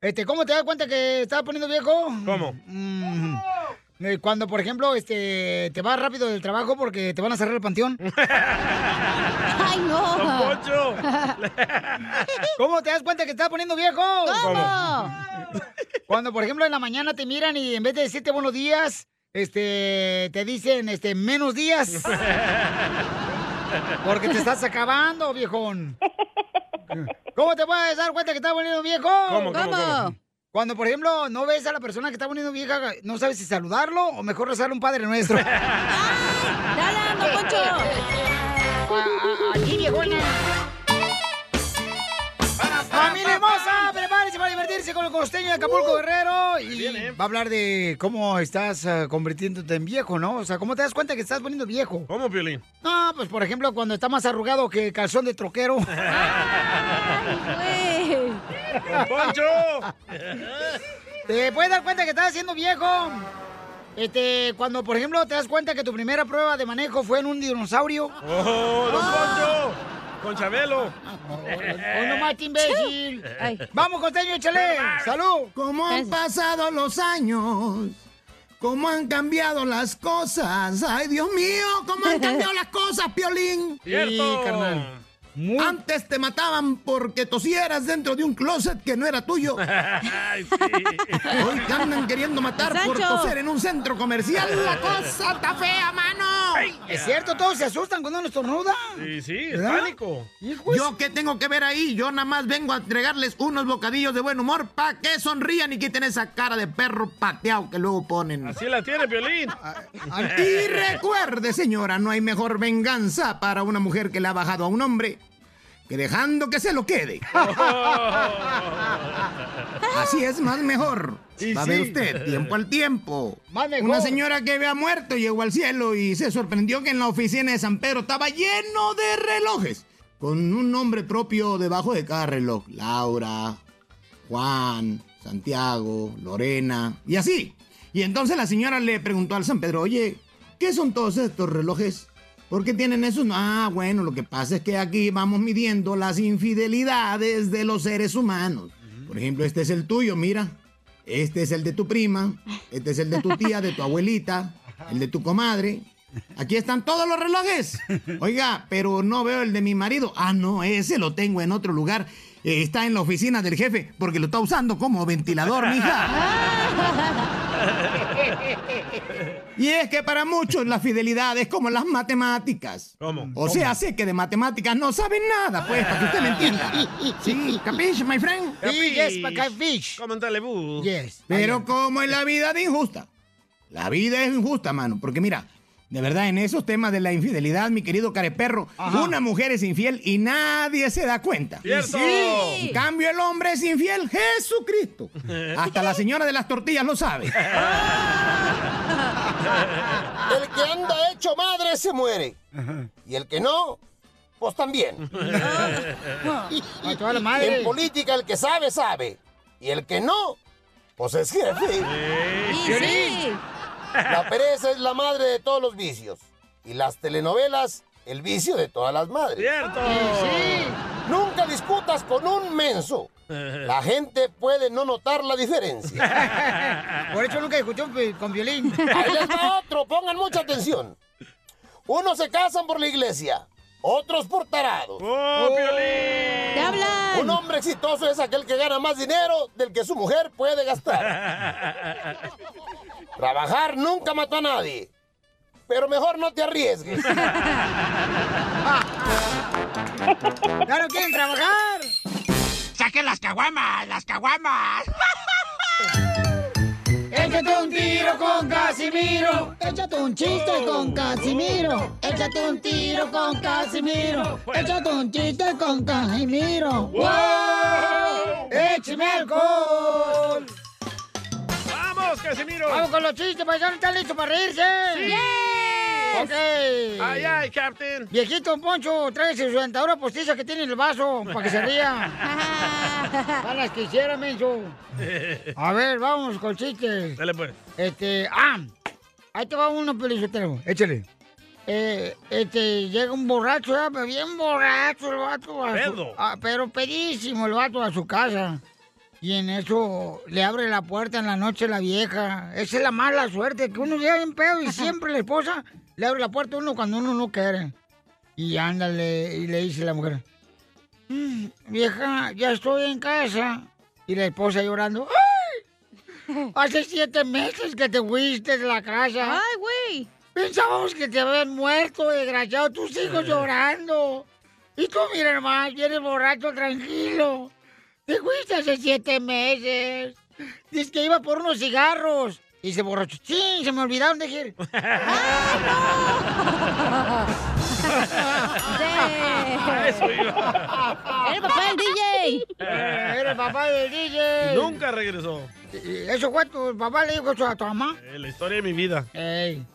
S2: Este, ¿cómo te das cuenta que estás poniendo viejo?
S4: ¿Cómo?
S2: Mm, eh, cuando, por ejemplo, este, te vas rápido del trabajo porque te van a cerrar el panteón.
S3: ¡Ay, no!
S5: Don Poncho.
S2: ¿Cómo te das cuenta que estás poniendo viejo?
S5: ¿Cómo?
S2: Cuando, por ejemplo, en la mañana te miran y en vez de decirte buenos días, este, te dicen, este, menos días. Porque te estás acabando, viejón. ¿Cómo te puedes dar cuenta que estás poniendo viejo?
S5: ¿Cómo, cómo, cómo?
S2: Cuando, por ejemplo, no ves a la persona que está poniendo vieja, no sabes si saludarlo o mejor rezarle un padre nuestro.
S3: ¡Dale, don Poncho!
S2: ¡Aquí, viejona! ¡Familia hermosa! ¡Prepárense para divertirse con el costeño de
S5: Uh.
S2: Acapulco Guerrero! Y va a hablar de cómo estás
S13: eh,
S2: ah, convirtiéndote en viejo, ¿no? O sea, ¿cómo te das cuenta que estás poniendo viejo?
S4: ¿Cómo, Piolín?
S2: No, pues por ejemplo, cuando está más arrugado que calzón de troquero.
S5: ¡Don Poncho!
S2: Te puedes dar cuenta que estás siendo viejo. Este, cuando por ejemplo te das cuenta que tu primera prueba de manejo fue en un dinosaurio.
S4: ¡Oh, don
S2: Ah.
S4: Poncho! Con Eh. Chabelo.
S2: ¡Hoy no mate, imbécil! ¡Vamos, costeño, échale! ¡Salud!
S13: ¿Cómo han pasado los años? ¿Cómo han cambiado las cosas? ¡Ay, Dios mío! ¿Cómo han cambiado las cosas, Piolín?
S5: Cierto. Sí, carnal.
S13: Antes te mataban porque tosieras dentro de un closet que no era tuyo.
S5: Ay, sí.
S13: Hoy te andan queriendo matar por
S5: Sancho.
S13: toser en un centro comercial. La cosa está fea, mano.
S2: Es cierto, todos se asustan cuando uno estornuda.
S4: Sí, sí, es
S13: ¿Verdad?
S4: pánico.
S13: ¿Yo qué tengo que ver ahí? Yo nada más vengo a entregarles unos bocadillos de buen humor para que sonrían y quiten esa cara de perro pateado que luego ponen. Ah,
S4: Así la tiene, Piolín.
S13: Y recuerde, señora, no hay mejor venganza para una mujer que le ha bajado a un hombre que dejando que se lo quede. Así es más mejor.
S5: Sí,
S13: Va a ver
S5: sí.
S13: usted, tiempo al tiempo.
S2: mejor.
S13: Una señora que había muerto llegó al cielo y se sorprendió que en la oficina de San Pedro estaba lleno de relojes, con un nombre propio debajo de cada reloj. Laura, Juan, Santiago, Lorena, y así. Y entonces la señora le preguntó al San Pedro, oye, ¿qué son todos estos relojes? ¿Por qué tienen esos? Ah, bueno, lo que pasa es que aquí vamos midiendo las infidelidades de los seres humanos. Por ejemplo, este es el tuyo, mira. Este es el de tu prima. Este es el de tu tía, de tu abuelita, el de tu comadre. Aquí están todos los relojes. Oiga, pero no veo el de mi marido. Ah, no, ese lo tengo en otro lugar. Eh, está en la oficina del jefe porque lo está usando como ventilador, mija. Y es que para muchos la fidelidad es como las matemáticas.
S4: ¿Cómo?
S13: O sea, sé que de matemáticas no saben nada, pues, para que usted me entienda. Sí, capiche, my friend.
S4: Sí, yes, but Como en Telebú.
S2: Yes.
S13: Pero como es la vida de injusta. La vida es injusta, mano. Porque mira, de verdad, en esos temas de la infidelidad, mi querido careperro, una mujer es infiel y nadie se da cuenta.
S5: ¡Cierto!
S13: Sí. En cambio, el hombre es infiel. Jesucristo. Hasta la señora de las tortillas lo sabe.
S14: El que anda hecho madre se muere. Y el que no, pues también.
S2: A toda la madre.
S14: En política el que sabe, sabe. Y el que no, pues es jefe. La pereza es la madre de todos los vicios. Y las telenovelas, el vicio de todas las madres.
S4: ¡Cierto!
S14: Nunca discutas con un menso. La gente puede no notar la diferencia.
S2: Por eso nunca escuchó con violín.
S14: Ahí les va otro, pongan mucha atención. Unos se casan por la iglesia, otros por tarados.
S4: ¡Oh, Piolín!
S3: ¡Te hablan!
S14: Un hombre exitoso es aquel que gana más dinero del que su mujer puede gastar. Trabajar nunca mató a nadie. Pero mejor no te arriesgues.
S2: ¡Ya no quieren trabajar!
S5: ¡Saquen las caguamas! ¡Las caguamas!
S2: Échate un tiro con Casimiro. Échate un
S4: Oh.
S2: chiste con Casimiro. Échate un tiro con Casimiro. Échate un chiste con Casimiro. ¡Wow! ¡Échame alcohol!
S4: ¡Vamos, Casimiro!
S2: ¡Vamos con los chistes, paisanos! ¿Están listos para reírse?
S4: ¡Sí!
S2: Ok.
S4: ¡Ay, ay, Captain!
S2: Viejito Poncho, tráigase su dentadura postiza que tiene en el vaso para que se ría. Para las que hiciera, menso. A ver, vamos con chistes.
S4: Dale, pues.
S2: Este, ah, ahí te va uno, Pelizotero. Échale. Eh, este, llega un borracho, ah, pero bien borracho el vato. a su-
S5: Pedo.
S2: ah, pero pedísimo el vato a su casa. Y en eso le abre la puerta en la noche la vieja. Esa es la mala suerte, que uno llega bien pedo y siempre la esposa le abre la puerta a uno cuando uno no quiere. Y ándale, y le dice la mujer, "Mm, vieja, ya estoy en casa. Y la esposa llorando, ¡ay! Hace siete meses que te fuiste de la casa. ¡Ay, güey! Pensábamos que te habían muerto, desgraciado, tus hijos llorando. Y tú, mira hermano, vienes borracho, tranquilo. Te fuiste hace siete meses. Dice que iba por unos cigarros. Y se borracho, ¡sí! Se me olvidaron de ir. Ah,
S5: Eso
S2: iba.
S3: ¡Eres papá del DJ!
S2: Era el Eh, papá del DJ.
S4: Nunca regresó.
S2: Eso fue tu papá le dijo eso a tu mamá.
S4: Eh, la historia de mi vida.
S2: Ey.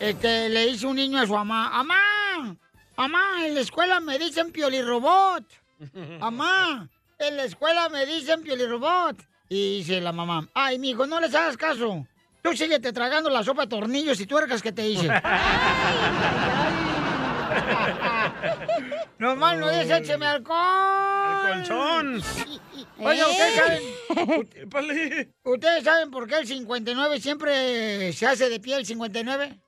S2: Este, le dice un niño a su mamá, ¡Amá! ¡Amá! En la escuela me dicen piolirobot. ¡Amá! En la escuela me dicen piolirobot. Y dice la mamá, ¡Ay, mijo, no les hagas caso! Tú síguete tragando la sopa de tornillos y tuercas que te hice. Nomás no dice, écheme alcohol.
S4: El colchón.
S2: Oiga, ustedes
S4: Eh.
S2: saben. pues, ¿Ustedes saben por qué el 59 siempre se hace de pie el 59?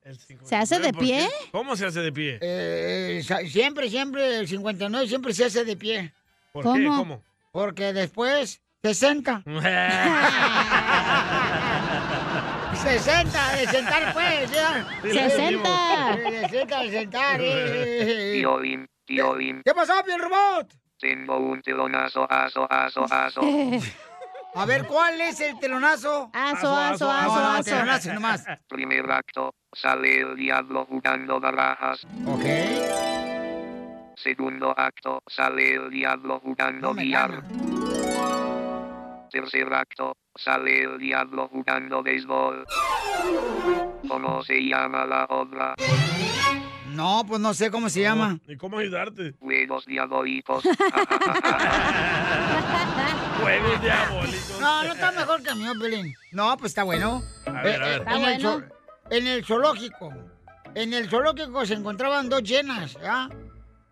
S3: ¿Se hace de
S4: ¿Por
S3: pie?
S4: qué? ¿Cómo se hace de pie?
S2: Eh, sa- siempre, siempre, el 59 siempre se hace de pie.
S4: ¿Por qué? ¿Cómo? ¿Cómo? Mm.
S2: Porque después, 60. ¿Eh? 60, de sentar pues, ya.
S5: 60.
S2: Eh, De 60, de sentar. eh.
S15: Tío Bim, tío Bim,
S2: ¿Qué pasó, piel robot?
S15: tengo un telonazo, aso, aso, aso.
S2: A ver, ¿cuál es el telonazo?
S3: Aso, aso, aso,
S2: No, no,
S3: aso.
S2: telonazo nomás.
S15: Primer acto, sale el diablo jugando barajas.
S2: Ok.
S15: Segundo acto, sale el diablo jugando billar. Tercer acto, sale el diablo jugando béisbol. ¿Cómo se llama la obra?
S2: No, pues no sé cómo se llama.
S4: ¿Y cómo ayudarte?
S15: Juegos diabólicos.
S4: Juegos diabólicos.
S2: No, no está mejor que el mío, Pelín. No, pues está bueno. Eh,
S4: A ver, a ver.
S2: En,
S4: Está
S2: el
S4: bueno.
S2: zoo- en el zoológico. En el zoológico se encontraban dos llenas, ¿ah?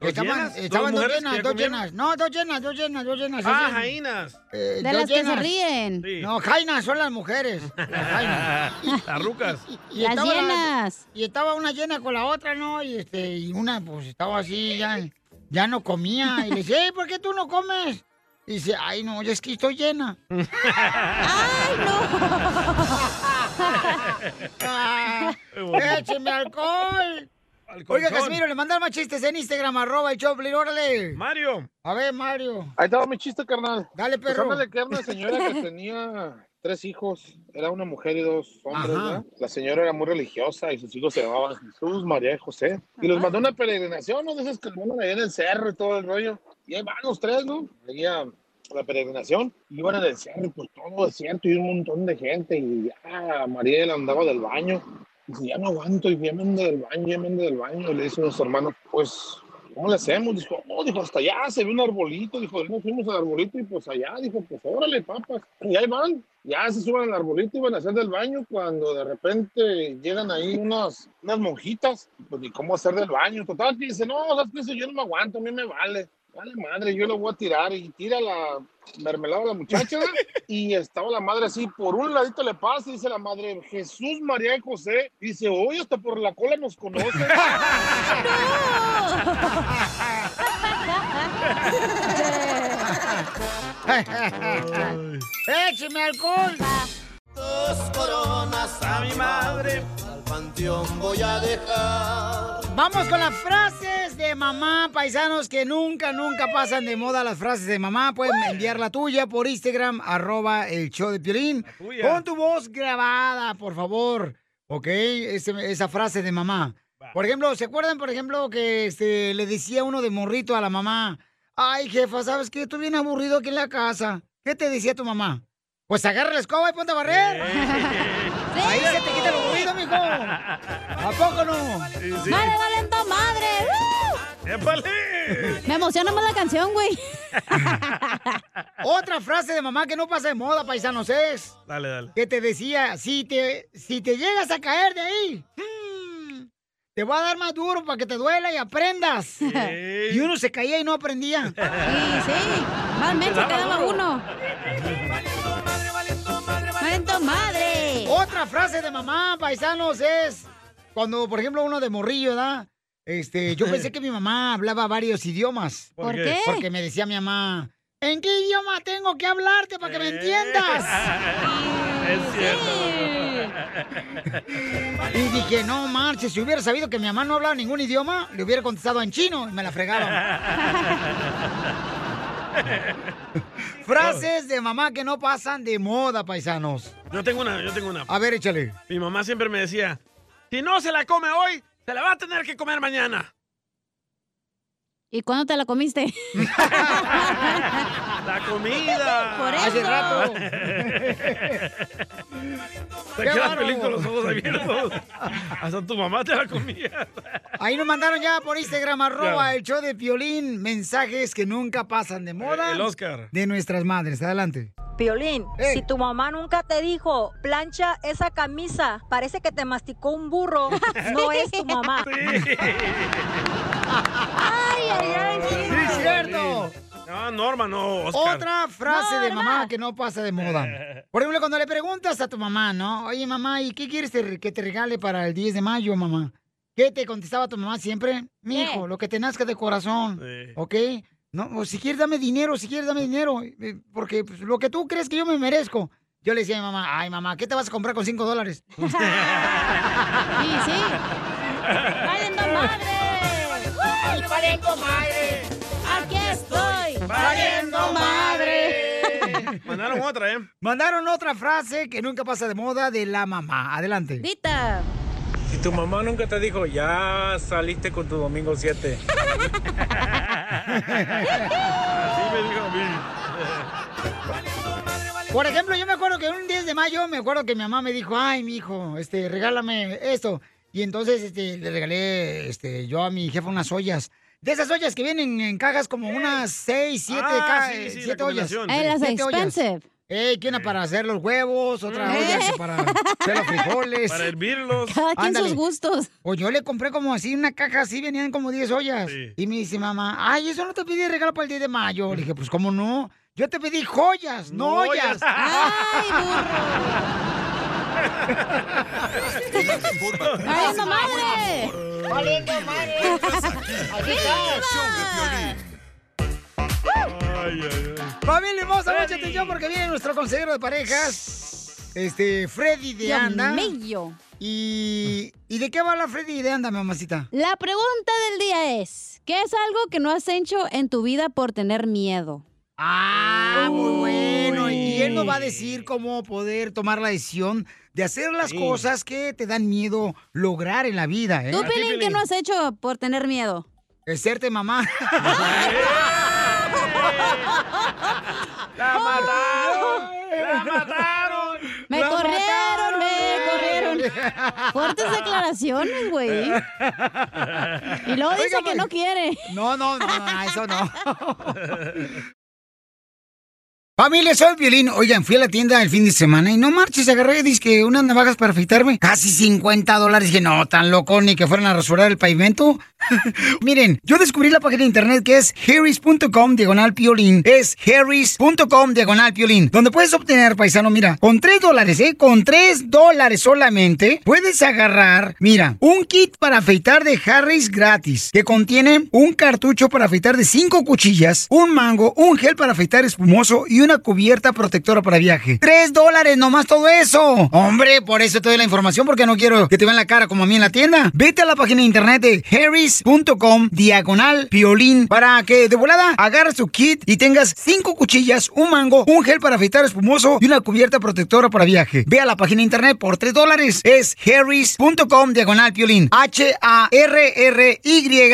S4: ¿Dos
S2: Estaban,
S4: llenas? ¿Dos
S2: estaban dos,
S4: mujeres que
S2: llenas,
S4: ya
S2: dos
S4: comieron?
S2: llenas. No, dos llenas, dos llenas, dos llenas.
S4: Ah,
S2: así.
S4: jainas.
S2: Eh,
S3: De
S2: dos
S3: las que se
S2: llenas.
S3: ríen. Sí.
S2: No, jainas son las mujeres. Las jainas.
S4: Las rucas.
S3: Las
S2: estaba la-
S3: llenas.
S2: y estaba una llena con la otra, ¿no? Y este, y una pues estaba así, ya, ya no comía. Y le dice, "Ey, ¿por qué tú no comes? Y dice, ay no, ya es que estoy llena. ¡Ay, no! Ah, ¡Écheme alcohol! Oiga, Casimiro, le mandan más chistes en Instagram, arroba el Choplin, órale.
S4: Mario.
S2: A ver, Mario.
S16: Ahí estaba mi chiste, carnal.
S2: Dale,
S16: Pues
S2: perro.
S16: ándale, que era una señora que tenía tres hijos. Era una mujer y dos hombres,
S2: Ajá.
S16: ¿verdad? La señora era muy religiosa y sus hijos se llamaban Jesús, María y José. Y los mandó a una peregrinación, ¿no? De esas que mandan ahí en el cerro y todo el rollo. Y ahí van los tres, ¿no? Ahí a la peregrinación. Iban en el cerro, pues todo desierto y un montón de gente. Y ya María le andaba del baño. Dice, ya no aguanto, y ya me ando del baño, ya me ando del baño. Y le dice a su hermano, pues, ¿cómo le hacemos? Dijo, no, dijo, hasta allá se ve un arbolito. Dijo, nos fuimos al arbolito y pues allá. Dijo, pues órale, papas. Y ahí van, ya se suben al arbolito y van a hacer del baño cuando de repente llegan ahí unas, unas monjitas. Pues, ¿y cómo hacer del baño? Total, que dice, no, ¿sabes qué? Eso Yo no me aguanto, a mí me vale. vale madre, yo lo voy a tirar y tira la mermelada a la muchacha y estaba la madre así, por un ladito le pasa, dice la madre, Jesús, María y José, dice, hoy hasta por la cola nos conoce.
S2: ¡Écheme alcohol!
S5: Dos coronas a mi madre, al panteón voy a dejar.
S2: Vamos con las frases de mamá, paisanos, que nunca, nunca pasan de moda las frases de mamá. Pueden enviar la tuya por Instagram, arroba el show de Piolín.
S5: tuya.
S2: Con tu voz grabada, por favor. ¿Ok? Ese- esa frase de mamá. Por ejemplo, ¿se acuerdan, por ejemplo, que este, le decía uno de morrito a la mamá? Ay, jefa, ¿sabes qué? Estoy bien aburrido aquí en la casa. ¿Qué te decía tu mamá? Pues agarra la escoba y ponte a barrer. Ahí se te quita lo aburrido, mijo. ¿A poco no?
S3: ¡Madre, valiendo madre! ¡Uh! Me emociona más la canción, güey.
S2: Otra frase de mamá que no pasa de moda, paisanos, es
S4: Dale, dale.
S2: que te decía, si te, si te llegas a caer de ahí, mm, te voy a dar más duro para que te duela y aprendas. Y uno se caía y no aprendía.
S3: Sí, sí. Más menso quedaba uno.
S2: ¡Valiendo madre! Otra frase de mamá, paisanos, es cuando, por ejemplo, uno de morrillo, ¿verdad? Este, yo pensé que mi mamá hablaba varios idiomas.
S5: ¿Por ¿Por qué? qué?
S2: Porque me decía mi mamá, ¿en qué idioma tengo que
S5: Eh.
S2: hablarte para que me entiendas?
S5: Es
S2: Y dije, no marches, si hubiera sabido que mi mamá no hablaba ningún idioma, le hubiera contestado en chino y me la fregaba. Frases de mamá que no pasan de moda, paisanos.
S4: Yo tengo una, yo tengo una.
S2: A ver, échale.
S4: Mi mamá siempre me decía, si no se la come hoy, se la va a tener que comer mañana.
S3: ¿Y cuándo te la comiste?
S4: La comida.
S3: Por eso. Hace rato.
S2: Qué
S4: Te quedas
S2: bárbaro.
S4: feliz con los ojos abiertos. Hasta tu mamá te la comía.
S2: Ahí nos mandaron ya por Instagram, arroba
S4: Ya. Eh,
S2: el show de violín, mensajes que nunca pasan de moda.
S4: el Oscar.
S2: De nuestras madres, adelante.
S17: Piolín, si tu mamá nunca te dijo, plancha esa camisa, parece que te masticó un burro, no es tu mamá.
S3: Ah,
S2: ¡Ay, ay, ay! ¡Sí, es cierto!
S4: No, Ah, Norma, no, Oscar.
S2: Otra frase de mamá que no pasa de moda. Por ejemplo, cuando le preguntas a tu mamá, ¿no? Oye, mamá, ¿y qué quieres te- que te regale para el 10 de mayo, mamá? ¿Qué te contestaba tu mamá siempre? Mi hijo, lo que te nazca de corazón,
S5: Sí.
S2: ¿ok? No, o si quieres dame dinero, si quieres dame dinero, eh, porque pues, lo que tú crees que yo me merezco. Yo le decía a mi mamá, ay, mamá, ¿qué te vas a comprar con 5 dólares?
S3: Sí, sí. ¡Valiendo madre! ¡Ay, valiendo madre! ¡Aquí estoy!
S2: ¡Valiendo madre!
S4: Mandaron otra, ¿eh?
S2: Mandaron otra frase que nunca pasa de moda de la mamá. Adelante.
S3: Dita.
S18: Si tu mamá nunca te dijo, ya saliste con tu domingo 7.
S4: Así me dijo a mí.
S2: Por ejemplo, yo me acuerdo que un 10 de mayo, me acuerdo que mi mamá me dijo, ay, mi hijo, este, regálame esto. Y entonces este, le regalé este, yo a mi jefa unas ollas. De esas ollas que vienen en cajas como unas 6, 7
S3: Ah,
S2: cajas.
S3: sí, sí, la
S2: 7 ollas.
S3: combinación, Eh, sí. las
S2: Siete ollas.
S3: expensive.
S2: Ey, que una para hacer los huevos, otra olla que para hacer los frijoles.
S4: Para hervirlos.
S2: gustos. O yo le compré como así una caja, así venían como 10 ollas. Y me dice mamá, ay, eso no te pedí regalo para el 10 de mayo. Le dije, pues cómo no. Yo te pedí joyas, no,
S5: No
S2: ollas.
S5: ollas. Ay,
S3: ¡Valiendo madre!
S5: ¡Valiendo madre! ¡Aquí
S2: Familia hermosa, mucha atención porque viene nuestro consejero de parejas, este, Freddy de
S3: Dios
S2: Anda.
S3: mío.
S2: Y, ¿Y de qué va la Freddy de Anda, mamacita?
S3: La pregunta del día es, ¿qué es algo que no has hecho en tu vida por tener miedo?
S2: Ah, muy bueno. Y él nos va a decir cómo poder tomar la decisión de hacer las cosas que te dan miedo lograr en la vida, ¿eh?
S3: ¿Tú, Pelín, qué no has hecho por tener miedo?
S2: Es serte mamá.
S5: ¡La mataron! ¡La mataron!
S3: Me
S5: ¡La
S3: corrieron, me
S2: corrieron.
S3: Fuertes declaraciones, güey. Y luego dice que no quiere.
S2: pues, No, no, no, Ah, eso no. Familia, soy el violín. Oigan, fui a la tienda el fin de semana y no marches, agarré, que unas navajas para afeitarme. Casi 50 dólares. Dije, no, tan loco, ni que fueran a rasurar el pavimento. Miren, yo descubrí la página de internet que es harris.com diagonal piolín. Es harris.com diagonal piolín. Donde puedes obtener, paisano, mira, con 3 dólares, ¿eh? Con 3 dólares solamente puedes agarrar, mira, un kit para afeitar de Harris gratis. Que contiene un cartucho para afeitar de 5 cuchillas, un mango, un gel para afeitar espumoso y una cubierta protectora para viaje. 3 dólares nomás todo eso. Hombre, por eso te doy la información porque no quiero que te vean la cara como a mí en la tienda. Vete a la página de internet de harris.com diagonal piolín para que de volada agarres tu kit y tengas 5 cuchillas, un mango, un gel para afeitar espumoso y una cubierta protectora para viaje. Ve a la página de internet por 3 dólares. Es harris.com diagonal piolín.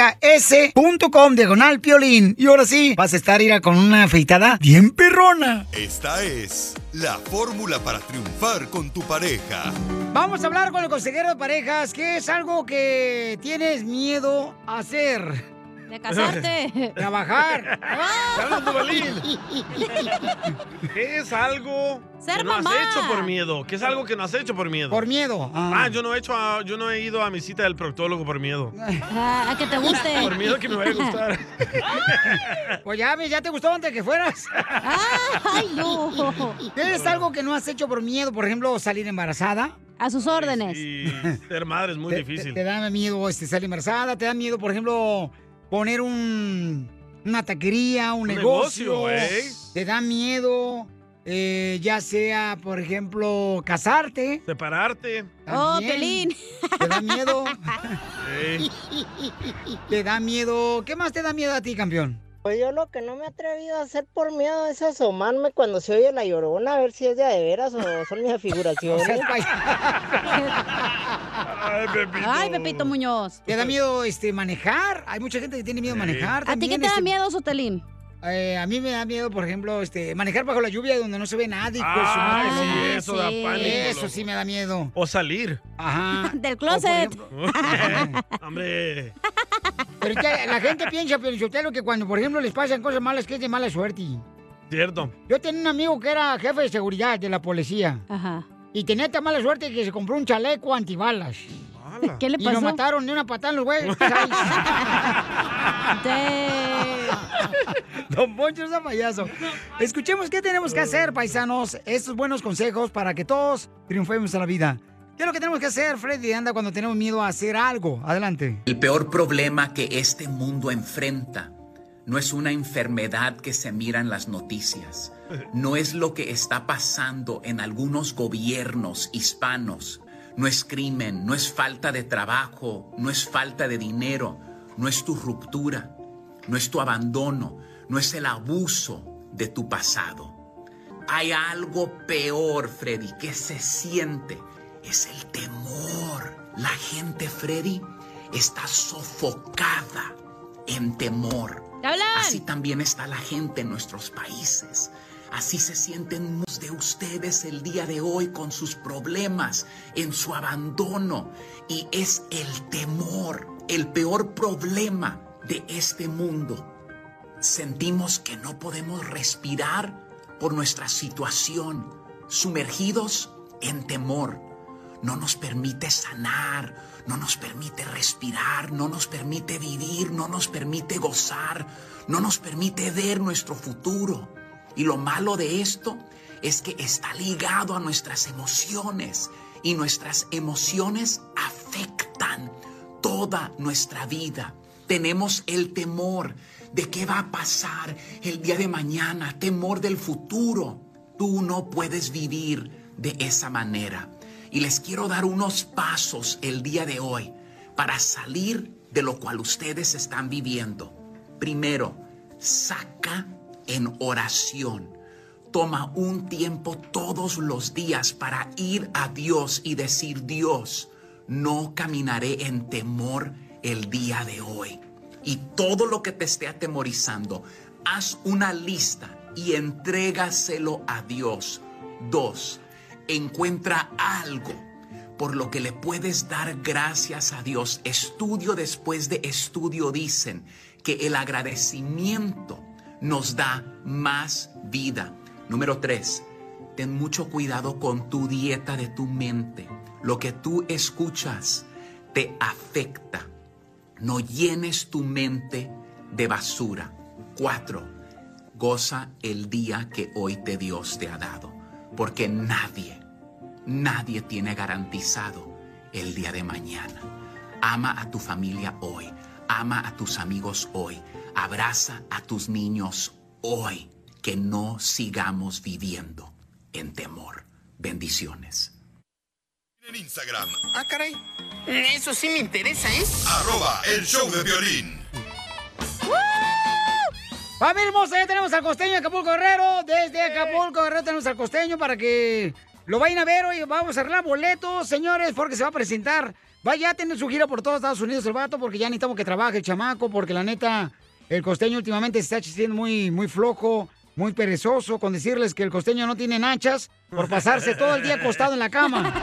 S2: H-A-R-R-Y-S.com diagonal piolín. Y ahora sí, vas a estar ira con una afeitada bien perrona.
S6: Esta es la fórmula para triunfar con tu pareja.
S2: Vamos a hablar con el consejero de parejas, que es algo que tienes miedo a hacer.
S3: De
S4: casarte.
S2: Trabajar.
S4: Habla tu Balín. ¿Qué es algo
S3: Ser
S4: que no
S3: mamá.
S4: has hecho por miedo? ¿Qué es algo que no has hecho por miedo?
S2: Por miedo.
S4: Ah, yo no he hecho, a- yo no he ido a mi cita del proctólogo por miedo.
S3: Ah, a que te guste.
S4: Por miedo que me vaya a gustar.
S2: Pues ya, ves, ya te gustó antes que fueras.
S3: Ah, Ay, no.
S2: ¿Tienes algo que no has hecho por miedo? Por ejemplo, salir embarazada.
S3: A sus órdenes.
S4: Y ser madre es muy
S2: Te- Te,
S4: difícil.
S2: te da miedo este, salir embarazada, te da miedo, por ejemplo, poner un, una taquería, un,
S4: Un
S2: negocio.
S4: negocio, ¿eh?
S2: Te da miedo, eh, ya sea, por ejemplo, casarte.
S4: Separarte.
S3: Oh,
S2: También.
S3: Pelín.
S2: Te da miedo.
S4: Sí.
S2: te da miedo. ¿Qué más te da miedo a ti, campeón?
S8: Pues yo lo que no me he atrevido a hacer por miedo es asomarme cuando se oye la llorona, a ver si es de a de veras o son mis afiguraciones.
S4: Ay, Pepito.
S3: Ay, Pepito Muñoz.
S2: ¿Te da miedo este, manejar? Hay mucha gente que tiene miedo a manejar.
S3: ¿A ti qué
S2: también,
S3: te da
S2: este,
S3: miedo, Sotelín?
S2: eh, a mí me da miedo, por ejemplo, este, manejar bajo la lluvia donde no se ve nadie. pues,
S4: Ay,
S2: su madre.
S4: Ah, sí, eso da pánico.
S2: Eso
S4: loco.
S2: sí me da miedo.
S4: O salir. Eh,
S2: Ajá.
S3: Del
S2: closet.
S4: Hombre.
S2: Pero es que la gente piensa, pero Sotelo, que cuando, por ejemplo, les pasan cosas malas, que es de mala suerte.
S4: Cierto.
S2: Yo tenía un amigo que era jefe de seguridad de la policía.
S3: Ajá.
S2: Y tenía tan mala suerte que se compró un chaleco antibalas.
S3: ¿Qué le
S2: Y
S3: pasó?
S2: lo mataron de una patada en los huevos. Don Poncho es un payaso. Escuchemos qué tenemos que hacer, paisanos. Estos buenos consejos para que todos triunfemos en la vida. ¿Qué es lo que tenemos que hacer, Freddy? Anda cuando tenemos miedo a hacer algo. Adelante.
S19: El peor problema que este mundo enfrenta no es una enfermedad que se mira en las noticias, no es lo que está pasando en algunos gobiernos hispanos, no es crimen, no es falta de trabajo, no es falta de dinero, no es tu ruptura, no es tu abandono, no es el abuso de tu pasado. Hay algo peor, Freddy, que se siente. Es el temor. La gente, Freddy, está sofocada en temor. Así también está la gente en nuestros países. Así se sienten muchos de ustedes el día de hoy con sus problemas, en su abandono. Y es el temor, el peor problema de este mundo. Sentimos que no podemos respirar por nuestra situación, sumergidos en temor. No nos permite sanar, no nos permite respirar, no nos permite vivir, no nos permite gozar, no nos permite ver nuestro futuro. Y lo malo de esto es que está ligado a nuestras emociones y nuestras emociones afectan toda nuestra vida. Tenemos el temor de qué va a pasar el día de mañana, temor del futuro. Tú no puedes vivir de esa manera. Y les quiero dar unos pasos el día de hoy para salir de lo cual ustedes están viviendo. Primero, saca en oración. Toma un tiempo todos los días para ir a Dios y decir, Dios, no caminaré en temor el día de hoy. Y todo lo que te esté atemorizando, haz una lista y entrégaselo a Dios. Dos, encuentra algo por lo que le puedes dar gracias a Dios. Estudio después de estudio dicen que el agradecimiento nos da más vida. Número tres, ten mucho cuidado con tu dieta de tu mente. Lo que tú escuchas te afecta. No llenes tu mente de basura. Cuatro, goza el día que hoy te Dios te ha dado, porque nadie, nadie tiene garantizado el día de mañana. Ama a tu familia hoy, ama a tus amigos hoy, abraza a tus niños hoy, que no sigamos viviendo en temor. Bendiciones.
S6: En Instagram,
S5: Ah, caray. Eso sí me interesa, ¿eh?
S6: arroba el show de violín.
S2: Familia hermosa, ya tenemos al costeño de Acapulco Guerrero. Desde Acapulco Guerrero tenemos al costeño para que lo vayan a ver hoy. Vamos a arreglar boletos, señores, porque se va a presentar. Vaya a tener su gira por todos Estados Unidos el vato, porque ya necesitamos que trabaje el chamaco, porque la neta, el costeño últimamente se está haciendo muy, muy flojo, muy perezoso, con decirles que el costeño no tiene nachas por pasarse todo el día acostado en la cama.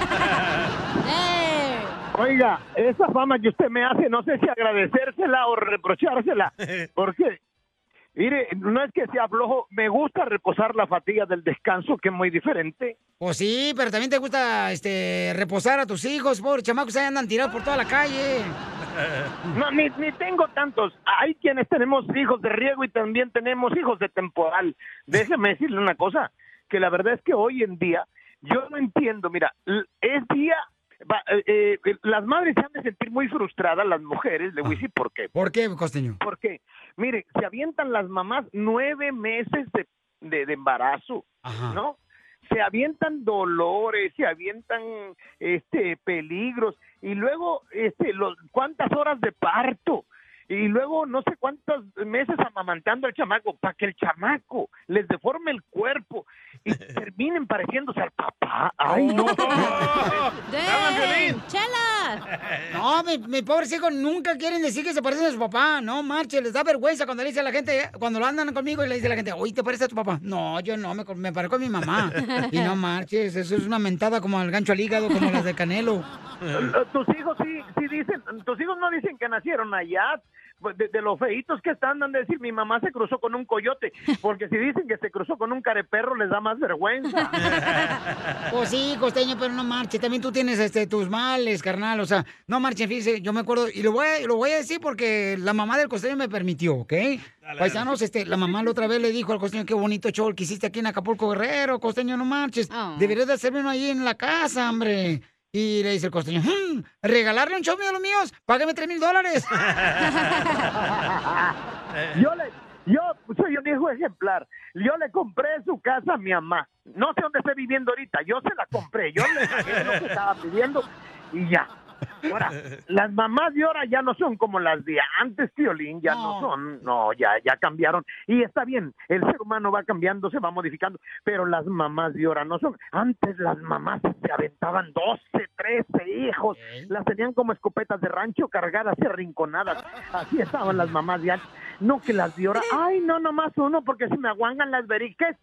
S20: Oiga, esa fama que usted me hace, no sé si agradecérsela o reprochársela, porque, mire, no es que sea flojo, me gusta reposar la fatiga del descanso, que es muy diferente.
S2: Pues sí, pero también te gusta este reposar a tus hijos, pobres chamacos, ahí andan tirados por toda la calle.
S20: No, ni, ni tengo tantos. Hay quienes tenemos hijos de riego y también tenemos hijos de temporal. Déjeme decirle una cosa, que la verdad es que hoy en día yo no entiendo, mira, l- es día... va, eh, eh, las madres se han de sentir muy frustradas, las mujeres, le voy a decir por qué.
S2: ¿Por qué, costeño?
S20: Porque, mire, se avientan las mamás nueve meses de, de- de embarazo,
S5: Ajá.
S20: ¿no? Se avientan dolores, se avientan este peligros y luego este los cuántas horas de parto y luego no sé cuántos meses amamantando al chamaco para que el chamaco les deforme el cuerpo y terminen pareciéndose al papá. Ay, no.
S2: ¡Violín! ¡Chela! No, mi, mi pobres hijos nunca quieren decir que se parecen a su papá. No, marche, les da vergüenza cuando le dice a la gente, cuando lo andan conmigo y le dice a la gente, oye, ¿te pareces a tu papá? No, yo no, me, me parezco a mi mamá. Y no marches, eso es una mentada como al gancho al hígado, como las de Canelo.
S20: Tus hijos sí, sí dicen, tus hijos no dicen que nacieron allá. pues, De, de los feitos que están, dan de decir, mi mamá se cruzó con un coyote. Porque si dicen que se cruzó con un careperro, les da más vergüenza.
S2: Pues sí, costeño, pero no marche. También tú tienes este, tus males, carnal. O sea, no marchen, fíjese, yo me acuerdo, y lo voy, a, lo voy a decir porque la mamá del costeño me permitió, ¿ok? Paisanos, este, la mamá la otra vez le dijo al costeño, qué bonito show el que hiciste aquí en Acapulco Guerrero, costeño, no marches. Deberías de hacerme uno ahí en la casa, hombre. Y le dice el costeño, "Hmm, regalarle un show mío a los míos, págame tres mil dólares.
S20: yo le, yo soy un hijo ejemplar. Yo le compré su casa a mi mamá. No sé dónde esté viviendo ahorita. Yo se la compré. Yo le pagué lo que estaba pidiendo y ya. Ahora, las mamás de ahora ya no son como las de antes, Piolín, ya no,
S5: No.
S20: son, no, ya, ya cambiaron. Y está bien, el ser humano va cambiando, se va modificando, pero las mamás de ahora no son. Antes las mamás se aventaban 12, 13 hijos, las tenían como escopetas de rancho cargadas y arrinconadas. Así estaban las mamás de antes. No que las de ahora, ay, no, nomás uno, porque se me aguangan las veriques.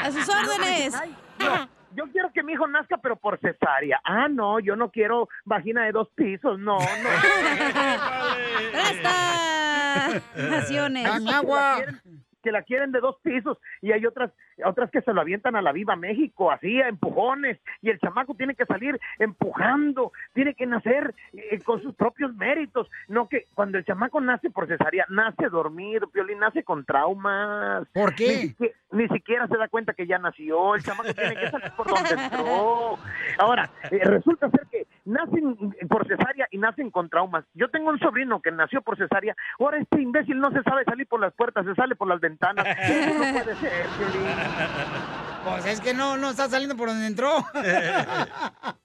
S5: A sus órdenes.
S20: Ay, no, Yo quiero que mi hijo nazca, pero por cesárea. Ah, no, yo no quiero vagina de dos pisos. No, no.
S5: Naciones.
S20: Hay muchas
S5: Agua.
S20: Que la, quieren, que la quieren de dos pisos y hay otras otras que se lo avientan a la viva México, así, a empujones. Y el chamaco tiene que salir empujando, tiene que nacer eh, con sus propios méritos. No que cuando el chamaco nace por cesárea, nace dormido, Piolín nace con traumas.
S2: ¿Por qué?
S20: Ni siquiera, ni siquiera se da cuenta que ya nació. El chamaco tiene que salir por donde entró. Ahora, eh, resulta ser que nacen por cesárea y nacen con traumas. Yo tengo un sobrino que nació por cesárea. Ahora este imbécil no se sabe salir por las puertas, se sale por las ventanas. Eso no puede ser, Piolín.
S2: Pues es que no, no está saliendo por donde entró.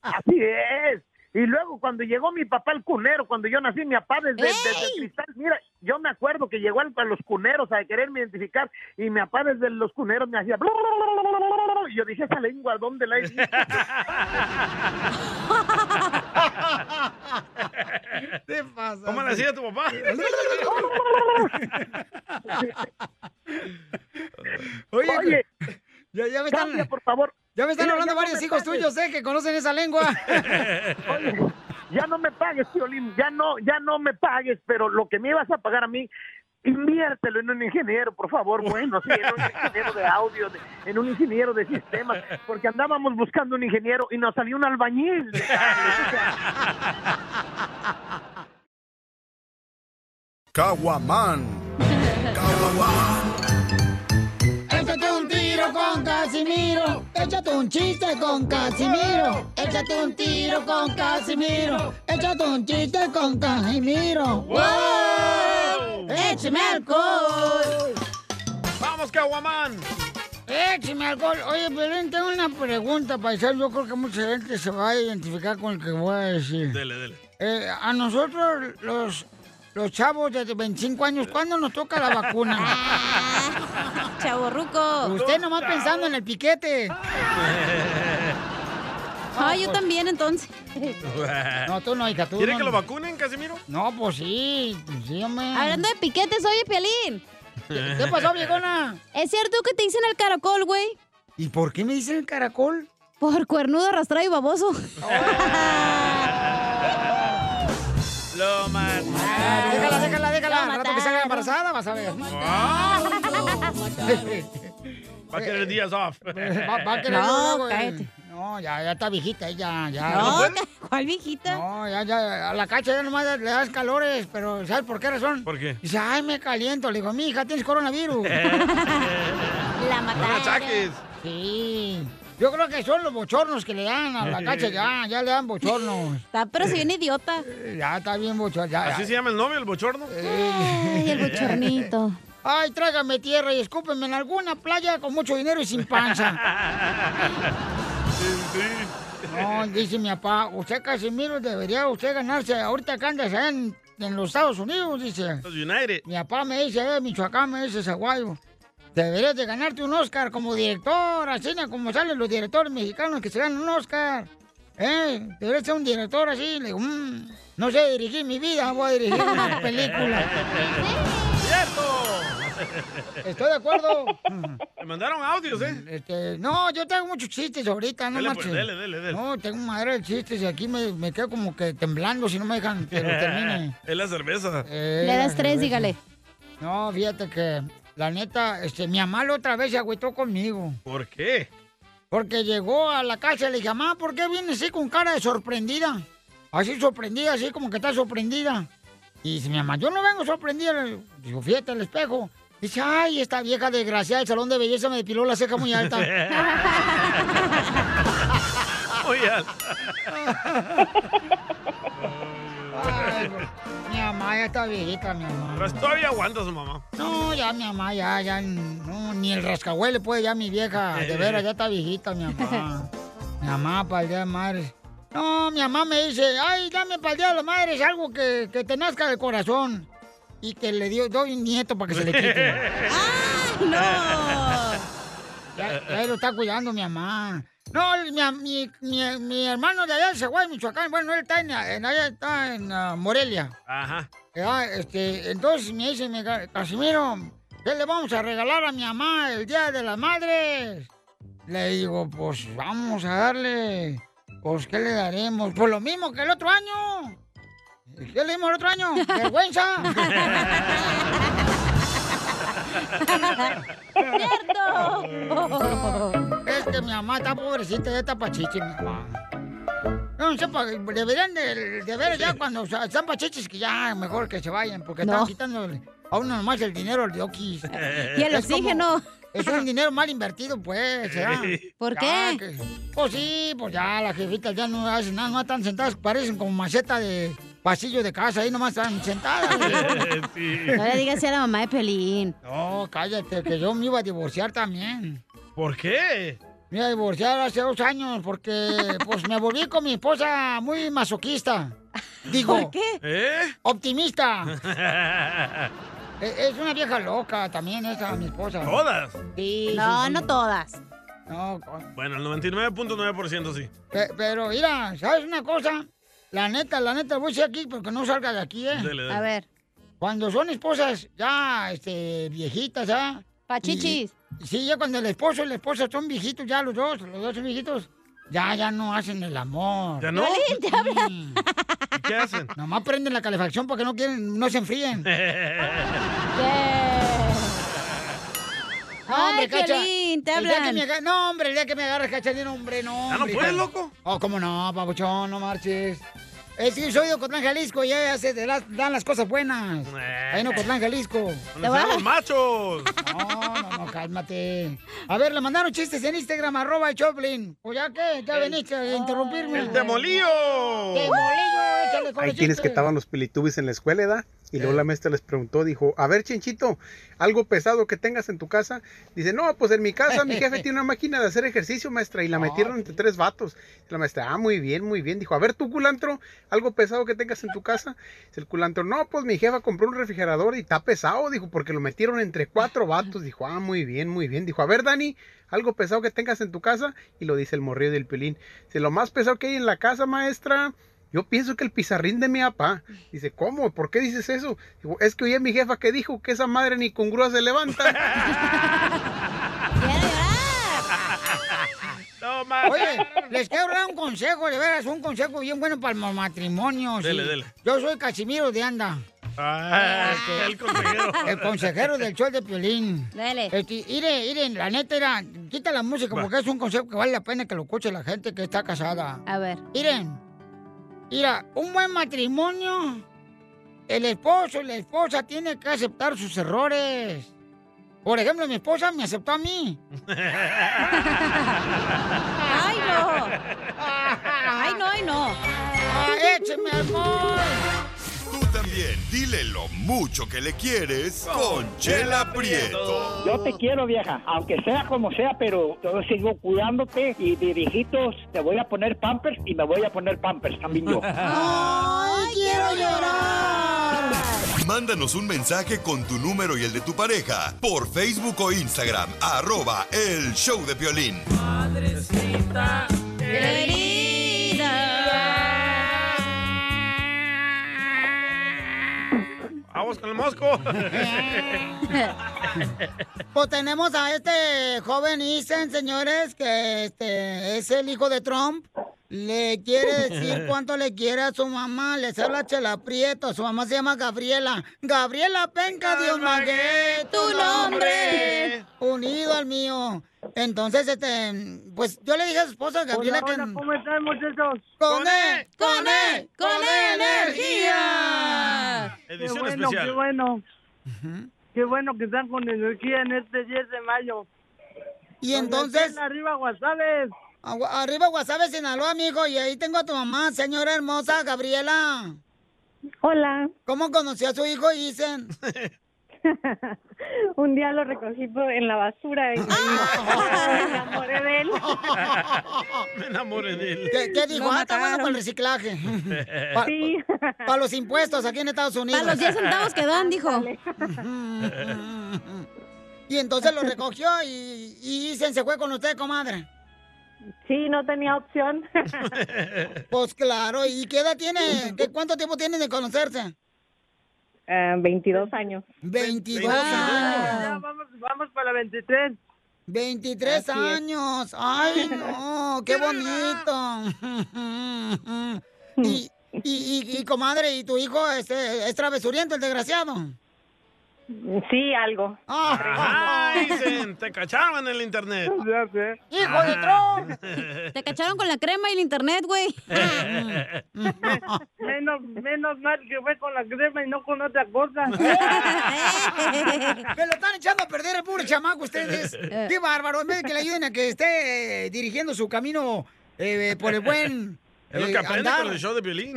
S20: Así es. Y luego cuando llegó mi papá el cunero, cuando yo nací, mi papá desde, desde el cristal, mira, yo me acuerdo que llegó al- a los cuneros a quererme identificar y mi papá desde los cuneros me hacía... bla, bla, bla, bla, bla, bla, bla, bla, Y yo dije, esa lengua, ¿dónde la he visto?"
S2: ¿Qué pasa?
S4: ¿Cómo le hacía tu papá?
S2: Oye,
S20: Oye,
S2: ya, ya me están,
S20: cambia, por favor.
S2: ya me están
S20: Mira,
S2: hablando
S20: ya no
S2: varios
S20: me
S2: hijos
S20: pagues.
S2: tuyos, eh, que conocen esa lengua.
S20: Oye, ya no me pagues, Piolín, ya no, ya no me pagues, pero lo que me ibas a pagar a mí, inviértelo en un ingeniero, por favor, bueno, sí, en un ingeniero de audio, de- en un ingeniero de sistemas, porque andábamos buscando un ingeniero y nos salió un albañil. de-
S7: Caguaman.
S2: Échate un tiro con Casimiro. Échate un chiste con Casimiro. Échate un tiro con Casimiro. Échate un chiste con Casimiro.
S5: ¡Wow!
S2: ¡Échame alcohol!
S4: ¡Vamos, Caguamán!
S2: ¡Échame alcohol! Oye, Pelín, tengo una pregunta, paisano. Yo creo que mucha gente se va a identificar con el que voy a decir.
S4: Dele, dele.
S2: Eh, a nosotros, los, los chavos de 25 años, ¿cuándo nos toca la vacuna?
S3: Chavo Ruco.
S2: Usted nomás pensando en el piquete.
S3: Ah,
S2: pues.
S3: yo también, entonces.
S2: No, tú no, hija, tú
S4: ¿Quiere
S2: no.
S4: que lo vacunen, Casimiro?
S2: No, pues sí, pues sí, hombre.
S3: Hablando de piquetes, oye, Pielín.
S2: ¿Qué pasó, viejona?
S3: ¿Es cierto que te dicen el caracol, güey?
S2: ¿Y por qué me dicen el caracol?
S3: Por cuernudo, arrastrado y baboso.
S4: Lo mataron.
S2: Ah, Déjala, déjala, déjala.
S4: Lo
S2: Al rato que salga
S4: mataron.
S2: embarazada, vas a ver.
S4: Ah. Va a querer días off.
S2: Va, va a querer
S3: Ah,
S2: luego, luego, eh. No, ya, ya está viejita, ella, ya.
S4: No,
S3: ¿cuál viejita?
S2: No, ya, ya, a la cacha ya nomás le das calores, pero ¿sabes por qué razón?
S4: ¿Por qué?
S2: Dice, ay, me caliento. Le digo, mija, tienes coronavirus.
S3: La
S4: mataron. ataques.
S2: Sí. Yo creo que son los bochornos que le dan a la cacha, ya, ya le dan bochornos. Eh,
S3: Está, pero si bien idiota.
S2: Ya está bien bochorno, ya, ya.
S4: ¿Así se llama el novio, el bochorno?
S2: Ay,
S3: el bochornito.
S2: Ay, trágame tierra y escúpeme en alguna playa con mucho dinero y sin panza. No, dice mi papá, usted Casimiro debería usted ganarse, ahorita que andas allá en, en los Estados Unidos, dice.
S4: Los United.
S2: Mi papá me dice, eh, Michoacán me dice, Zaguayo, deberías de ganarte un Oscar como director, así ¿no? como salen los directores mexicanos que se ganan un Oscar. Eh, deberías ser un director así, le digo, "Mm, no sé dirigir mi vida, voy a dirigir una película.
S4: ¡Cierto!
S2: Estoy de acuerdo.
S4: Me mandaron audios, ¿eh?
S2: Este, no, yo tengo muchos chistes ahorita, no
S4: Dele,
S2: marches.
S4: pues, dele, dele, dele.
S2: No, tengo madera de chistes y aquí me, me quedo como que temblando si no me dejan que lo termine. Eh.
S4: Es la cerveza.
S3: Le das tres, dígale.
S2: No, fíjate que, la neta, este, mi mamá la otra vez se agüitó conmigo.
S4: ¿Por qué?
S2: Porque llegó a la casa y le dije, mamá, ¿por qué viene así con cara de sorprendida? Así sorprendida, así como que está sorprendida. Y dice, mi mamá, yo no vengo sorprendida. Le digo, Digo, fíjate al espejo. Dice, ay, esta vieja desgraciada del salón de belleza me depiló la ceja muy alta.
S4: Oye,
S2: Ay, güey. mi mamá ya está viejita, mi mamá.
S4: pero todavía aguanta su mamá.
S2: No, ya mi mamá, ya, ya, no, ni el rascahuele puede ya mi vieja, de veras, ya está viejita mi mamá. Mi mamá para el Día de Madres. No, mi mamá me dice, ay, dame para el Día de las Madres algo que, que te nazca del corazón. Y que le dio, doy un nieto para que se le quite. ¡Ay, no! Ya, ya lo está cuidando mi mamá. No, mi, mi, mi- mi hermano de allá de Zaguay, Michoacán, bueno, él está en, en allá está en ah, Morelia.
S4: Ajá.
S2: Ya, este, entonces me dice mi ca- Casimiro, ¿qué le vamos a regalar a mi mamá el Día de las Madres? Le digo, pues vamos a darle, pues ¿qué le daremos? Pues lo mismo que el otro año. ¿Qué le dimos el otro año? ¡Vergüenza! ¡Cierto! Es que mi mamá está pobrecita, ya está pachichi, mi mamá. Yo No sé, pa- deberían de, de ver ya cuando o sea, están pachichis que ya mejor que se vayan, porque
S3: No.
S2: están quitando a uno nomás el dinero al dioquis.
S3: Y el
S2: Es como-
S3: oxígeno.
S2: es un dinero mal invertido, pues. ya.
S3: ¿Por
S2: Ya,
S3: qué?
S2: que- pues sí, pues ya las jefitas ya no hacen nada, no están sentadas, parecen como maceta de pasillo de casa, ahí nomás están sentadas.
S3: No le digas así a la mamá de Pelín.
S2: No, cállate, que yo me iba a divorciar también.
S4: ¿Por qué?
S2: Me iba a divorciar hace dos años porque pues me volví con mi esposa muy masoquista. Digo,
S4: ¿Por qué? ¿Eh?
S2: optimista. E- Es una vieja loca también esa, mi esposa.
S4: ¿Todas?
S2: Sí.
S3: No, no todas.
S2: No,
S4: Bueno, el 99.9% sí.
S2: Pe- Pero mira, ¿sabes una cosa? La neta, la neta, voy a decir aquí porque no salga de aquí, ¿eh?
S4: Dele, dele. A
S3: ver.
S2: Cuando son esposas ya este, viejitas, ¿ah?
S3: Pachichis.
S2: Y- Sí, ya cuando el esposo y la esposa son viejitos, ya los dos, los dos son viejitos, ya, ya no hacen el amor.
S4: ¿Ya no? Violín,
S2: te
S4: ¿Qué hacen?
S2: Nomás prenden la calefacción porque no quieren, no se enfríen. No, hombre,
S3: Ay,
S2: Cacha.
S3: Piolín, te
S2: El día
S3: hablan.
S2: que me aga- No, hombre, el día que me agarres, Cacha, ni un hombre, Ah, no.
S4: ¿Ya Ah, no
S2: hombre,
S4: puedes,
S2: hija.
S4: loco?
S2: Oh, cómo no, papuchón, no marches. Es que soy de Ocotlán, Jalisco, y allá se te la- dan las cosas buenas. Ahí en Ocotlán, Jalisco.
S4: Donde están Eh. los
S2: machos! No, no, no, cálmate. A ver, le mandaron chistes en Instagram, arroba el Choplin. ¿O ya qué? Ya veniste a interrumpirme.
S4: ¡El demolío!
S2: ¡Demolío! Échale con
S21: Hay
S2: los
S21: quienes que
S2: chistes.
S21: estaban los pilitubis en la escuela, ¿verdad? Y luego la maestra les preguntó, dijo, a ver, Chinchito, algo pesado que tengas en tu casa. Dice, no, pues en mi casa mi jefe tiene una máquina de hacer ejercicio, maestra, y la metieron entre tres vatos. La maestra, ah, muy bien, muy bien. Dijo, a ver, tú, culantro, algo pesado que tengas en tu casa. Dice el culantro, no, pues mi jefa compró un refrigerador y está pesado, dijo, porque lo metieron entre cuatro vatos. Dijo, ah, muy bien, muy bien. Dijo, a ver, Dani, algo pesado que tengas en tu casa. Y lo dice el morrillo del pilín. Dice, lo más pesado que hay en la casa, maestra. Yo pienso que el pizarrín de mi papá. Dice, ¿cómo? ¿Por qué dices eso? Digo, es que oí a mi jefa que dijo que esa madre ni con grúa se levanta.
S2: Oye, les quiero dar un consejo, de veras, un consejo bien bueno para los matrimonios.
S9: Dele,
S2: Y
S9: dele.
S2: Yo soy Casimiro de Anda.
S9: Ah, el consejero.
S2: El consejero del show de Piolín.
S9: Dele.
S2: Este, ire, ire, la neta era, quita la música
S9: Va.
S2: porque es un consejo que vale la pena que lo escuche la gente que está casada. A ver. Miren, mira, un buen matrimonio, el esposo y la esposa tienen que aceptar sus errores. Por ejemplo, mi esposa me aceptó a mí.
S9: ¡Ay,
S2: no!
S3: Ay, no, ay, no.
S2: écheme amor!
S6: Tú también, dile lo mucho que le quieres con Chela Prieto.
S20: Yo te quiero, vieja, aunque sea como sea, pero yo sigo cuidándote y de viejitos te voy a poner pampers y me voy a poner pampers también yo.
S2: ¡Ay, quiero llorar!
S6: Mándanos un mensaje con tu número y el de tu pareja por Facebook o Instagram, arroba el show de violín.
S4: ¡Vamos con el mosco!
S2: Eh. Pues tenemos a este joven Isen, señores, que este es el hijo de Trump. Le quiere decir cuánto le quiere a su mamá. Les habla Chela Prieto. Su mamá se llama Gabriela. Gabriela Penca, Dios magué, tu nombre. Unido al mío. Entonces, este, pues yo le dije a su esposa Gabriela
S9: Hola,
S2: que.
S9: hola,
S2: ¿Cómo están, muchachos? ¡Con E! ¡Con E! ¡Con E energía!
S9: Qué bueno, qué bueno. Qué bueno que están con energía en este 10 de mayo.
S2: Y entonces-
S9: Arriba Guasales.
S2: Agua- Arriba Guasave, Sinaloa, amigo. Y ahí tengo a tu mamá, señora hermosa, Gabriela.
S22: Hola.
S2: ¿Cómo conoció a su hijo, Isen?
S22: Un día lo recogí por- en la basura y
S2: Ah.
S22: me enamoré de él.
S4: Me enamoré de él.
S2: ¿Qué, qué dijo? Ah, está bueno para el reciclaje. Pa-
S22: Sí.
S2: Para los impuestos aquí en Estados Unidos.
S3: Para los 10 centavos que dan, dijo.
S2: Y entonces lo recogió y, y Isen se fue con usted, comadre.
S22: Sí, no tenía opción.
S2: Pues claro, ¿y qué edad tiene? ¿Qué, ¿Cuánto tiempo tienen de conocerse?
S22: Ah, 22 años.
S2: 22
S22: Ah.
S2: años. Vamos, para la 23. 23
S22: Así es.
S2: años. Ay, no, qué bonito. y, y, y, y, comadre, ¿y tu hijo este, es travesuriento, el desgraciado?
S22: Sí, algo.
S2: Ah.
S4: Ajá, dicen, te cacharon en el internet.
S3: ¡Hijo de Te cacharon con la crema y el internet, güey.
S9: Menos, menos mal que fue con la crema y no con otra cosa.
S2: Me lo están echando a perder el pobre chamaco ustedes. Qué bárbaro. En vez de que le ayuden a que esté eh, dirigiendo su camino eh, eh, por el buen
S4: Es lo
S2: eh,
S4: que aprende
S2: andar.
S4: con el show de violín.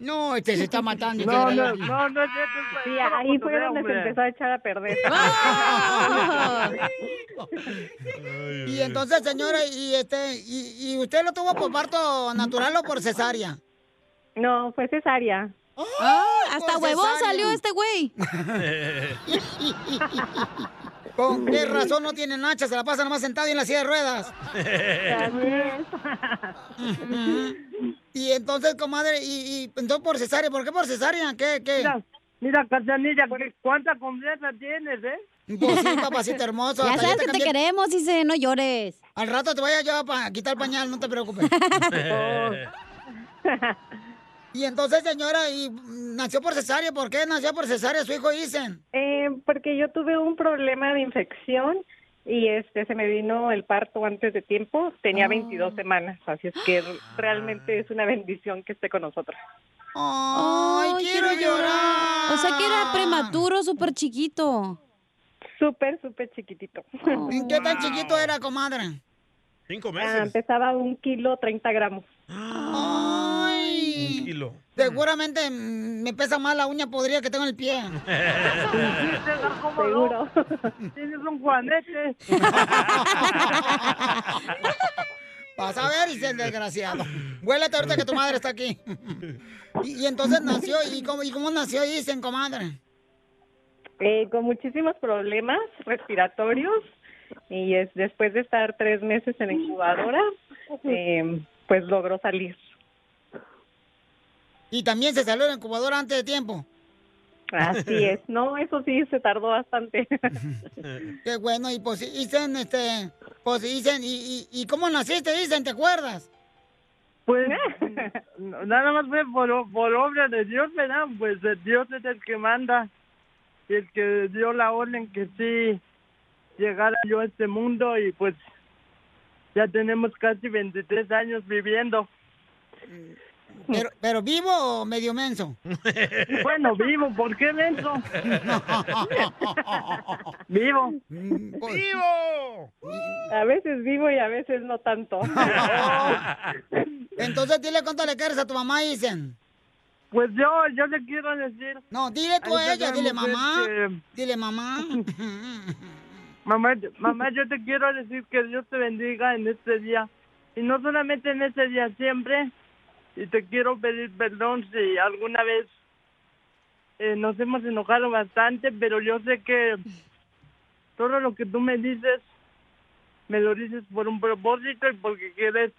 S2: No, este se está matando.
S22: No, no,
S2: no, no es
S22: Sí, ahí fue donde se empezó a echar a perder.
S2: Ah. ¡Oh! Y entonces, señora, y este, y, y usted lo tuvo por parto natural o por cesárea?
S22: No, fue cesárea.
S2: hasta por huevón cesárea. salió este
S22: güey.
S2: ¿Con qué razón no tiene nacha? Se la pasa nomás sentado y en la silla de ruedas. Y entonces, comadre, y, y entonces por cesárea, ¿por qué por cesárea? ¿Qué, qué?
S9: Mira, mira, Cachanilla, ¿qué- ¿cuánta confianza tienes, eh?
S2: Pues sí, papacito hermoso.
S3: Ya
S2: hasta
S3: sabes
S2: yo
S3: que te
S2: cambié-
S3: queremos, dice, no llores.
S2: Al rato te voy a llevar para quitar el pañal, no te preocupes. y entonces, señora, y mm, nació por cesárea, ¿por qué nació por cesárea su hijo Isen?
S22: Eh, porque yo tuve un problema de infección y este se me vino el parto antes de tiempo. Tenía 22 semanas, así es que realmente es una bendición que esté con nosotros.
S2: Ay, quiero llorar.
S3: O sea que era prematuro, súper chiquito.
S22: Súper, súper chiquitito.
S2: ¿Qué
S9: ah.
S2: tan chiquito era, comadre?
S4: Cinco
S22: Ah,
S4: meses.
S22: pesaba un kilo, 30 gramos.
S2: Ay.
S4: Un kilo.
S2: Seguramente mm, me pesa más la uña podrida que tengo en el pie.
S22: Seguro.
S2: Tienes un juanete. Vas a ver, y el desgraciado. Huélete ahorita que tu madre está aquí. Y, y entonces nació, ¿y cómo, y cómo nació, dicen, comadre?
S22: Eh, con muchísimos problemas respiratorios y es, después de estar tres meses en incubadora, eh, pues logró salir.
S2: Y también se salió de la incubadora antes de tiempo.
S22: Así es. No, eso sí, se tardó bastante.
S2: Qué bueno, y pues dicen, este, pues dicen, y, y, y cómo naciste, dicen, ¿te acuerdas?
S9: Pues n- nada más fue por, o- por obra de Dios, ¿verdad? Pues eh, Dios es el que manda, y el que dio la orden que sí llegara yo a este mundo y pues ya tenemos casi 23 años viviendo.
S2: Mm. Pero, pero vivo o medio menso.
S9: Bueno, vivo, ¿por qué menso?
S22: ¡Vivo!
S2: Mm, pues,
S4: ¡Vivo!
S22: A veces vivo y a veces no tanto.
S2: Entonces dile cuánto le quieres a tu mamá, dicen.
S9: Pues yo, yo le quiero decir.
S2: No, dile tú
S9: a
S2: a
S9: esa
S2: ella,
S9: gran
S2: dile
S9: mujer
S2: mamá.
S22: este,
S9: que-
S2: Dile mamá.
S9: Este, Mamá, yo- mamá, yo te quiero decir que Dios te bendiga en este día. Y no solamente en este día, siempre. Y te quiero pedir perdón si alguna vez eh, nos hemos enojado bastante, pero yo sé que todo lo que tú me dices, me lo dices por un propósito y porque quieres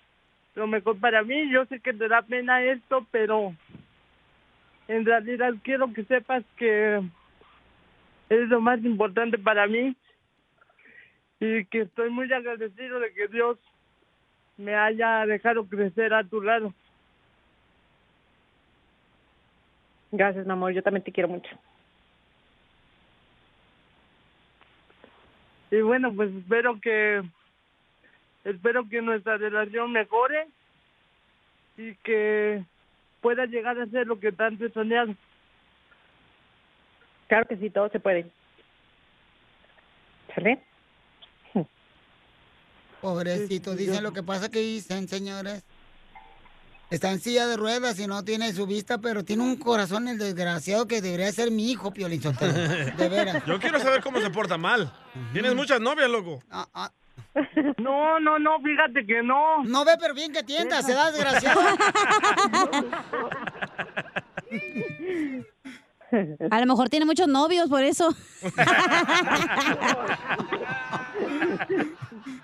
S9: lo mejor para mí. Yo sé que te da pena esto, pero en realidad quiero que sepas que es lo más importante para mí y que estoy muy agradecido de que Dios me haya dejado crecer a tu lado.
S22: Gracias, mi amor. Yo también te quiero mucho.
S9: Y bueno, pues espero que espero que nuestra relación mejore y que pueda llegar a ser lo que tanto he soñado.
S22: Claro que sí, todo se puede. ¿Sale?
S2: Pobrecito, dicen lo que pasa que dicen, señores. Está en silla de ruedas y no tiene su vista, pero tiene un corazón el desgraciado que debería ser mi hijo, Piolín Sotelo. De veras.
S4: Yo quiero saber cómo se porta mal. Tienes muchas novias, loco.
S2: Ah,
S9: No, no, no, fíjate que no.
S2: No ve, pero bien que tienta, se da desgraciado.
S3: A lo mejor tiene muchos novios por eso.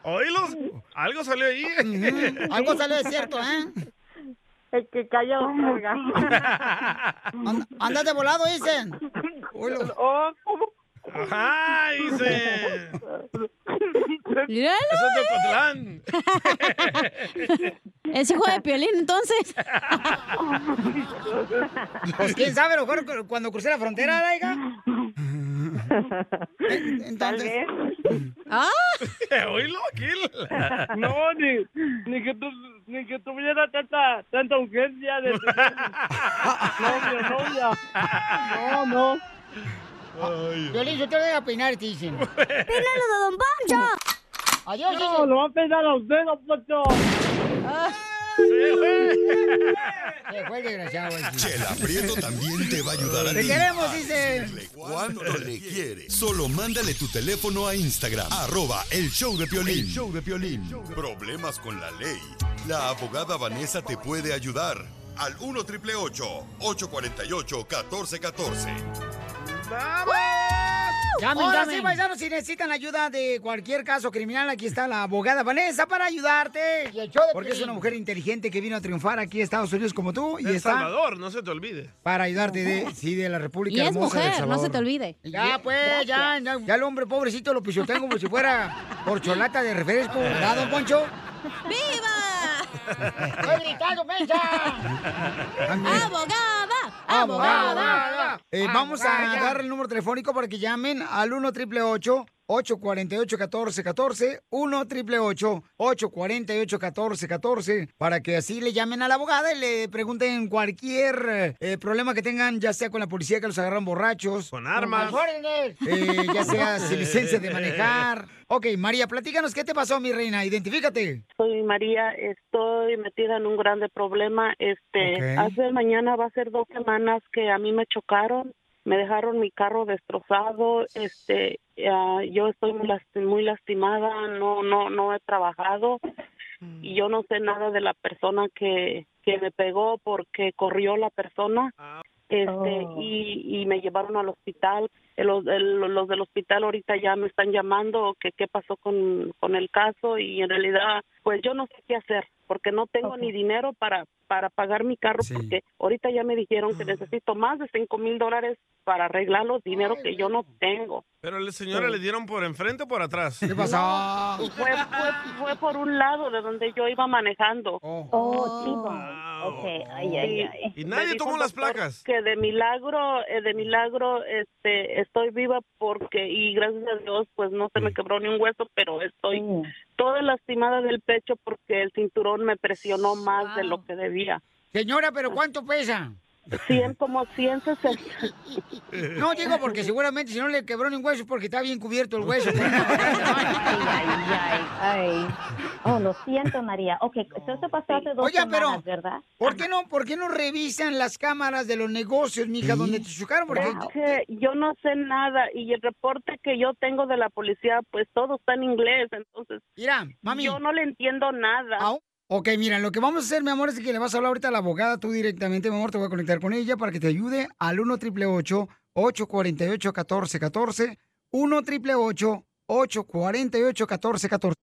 S4: Oílos, algo salió ahí.
S2: Algo salió de cierto, ¿eh?
S9: El que calla otorga.
S2: Andate volado, dicen.
S9: Oh, ¿cómo?
S4: Ajá, dice.
S3: Eso
S4: es de Ocotlán.
S3: Es hijo de Piolín, entonces.
S2: Pues quién sabe, a lo mejor cu- cuando crucé la frontera, Daiga. Entonces.
S9: ¡Ah!
S4: Oílo, Gil.
S9: No, ni, ni que tú, ni que tuviera tanta, tanta urgencia de tener novio, novia. No, no.
S2: Piolín, yo te voy a peinar, te dicen. ¡Peinalo
S9: de
S2: Don Poncho! Adiós,
S9: No, lo va a pensar a usted, don Poncho.
S2: Se fue el desgraciado. el chiste.
S6: Chela Prieto también te va a ayudar a
S2: Te
S6: ti
S2: queremos,
S6: a
S2: dice.
S6: decirle cuánto le quiere. Solo mándale tu teléfono a Instagram, arroba el show de Piolín.
S23: El
S6: show de Problemas con la ley. La abogada Vanessa te puede ayudar. Al 1 triple 848 1414.
S2: Llamen,
S5: Ahora
S2: Ahora sí,
S5: sí,
S2: paisanos, si necesitan ayuda de cualquier caso criminal, aquí está la abogada Vanessa para ayudarte. Porque es una mujer inteligente que vino a triunfar aquí a Estados Unidos como tú. Y
S4: El
S2: está
S4: Salvador, no se te olvide.
S2: para ayudarte de, sí, de la República
S4: Y es
S2: Hermosa del
S4: mujer, no se te
S2: Salvador.
S4: olvide.
S2: Ya, pues, ya, ya. Ya el hombre pobrecito lo pisotean como si fuera corcholata de refresco. ¿Verdad, don Poncho?
S5: ¡Viva!
S2: ¡Estoy gritando, Mecha!
S3: ¡Abogada!
S2: ¡Abogada!
S3: ¡Abogada!
S2: Eh, vamos a dar el número telefónico para que llamen al 1 triple 8 848-1414, 1 triple 848-1414, para que así le llamen a la abogada y le pregunten cualquier eh, problema que tengan, ya sea con la policía que los agarran borrachos. Con
S4: armas.
S2: Eh, ya sea sin licencia de manejar. Ok, María, platícanos qué te pasó, mi reina. Identifícate.
S1: Soy María, estoy metida en un grande problema. Este,
S2: Ok.
S1: hace mañana va a ser dos semanas que a mí me chocaron, me dejaron mi carro destrozado. Este, ah, yo estoy muy, lasti- muy lastimada, no, no, no he trabajado y yo no sé nada de la persona que, que me pegó porque corrió la persona. Este,
S23: Oh.
S1: y, y me llevaron al hospital. El- el- los del hospital ahorita ya me están llamando que qué pasó con, con el caso y en realidad pues yo no sé qué hacer porque no tengo ni dinero para, para pagar mi carro porque ahorita ya me dijeron que necesito más de cinco mil dólares para arreglar los dinero que yo no tengo.
S4: Pero la señora le dieron por enfrente o por atrás.
S2: ¿Qué
S1: No, fue, fue, fue por un lado de donde yo iba manejando. Oh,
S4: ay, ay, ay. Y nadie tomó las placas.
S1: Que de milagro, eh, de milagro, este, estoy viva porque y gracias a Dios, pues no se me quebró ni un hueso, pero estoy
S4: Oh.
S1: toda lastimada del pecho porque el cinturón me presionó más de lo que debía.
S2: Señora, pero ¿cuánto pesa?
S1: 100 como 160.
S2: No digo porque seguramente si no le quebró ni un hueso es porque está bien cubierto el hueso.
S23: Ay, ay. Oh, lo siento, María. Ok, eso pasó hace dos
S2: Oiga, pero-
S23: semanas, ¿verdad?
S2: ¿Por qué no, por qué no revisan las cámaras de los negocios, mija, donde te chocaron? Porque
S1: Es que Este, yo no sé nada y el reporte que yo tengo de la policía, pues todo está en inglés, entonces.
S2: Mira, mami.
S1: Yo no le entiendo nada.
S2: Ok, mira, lo que vamos a hacer, mi amor, es que le vas a hablar ahorita a la abogada tú directamente, mi amor, te voy a conectar con ella para que te ayude al 1 888 848 1414 1 888 848 1414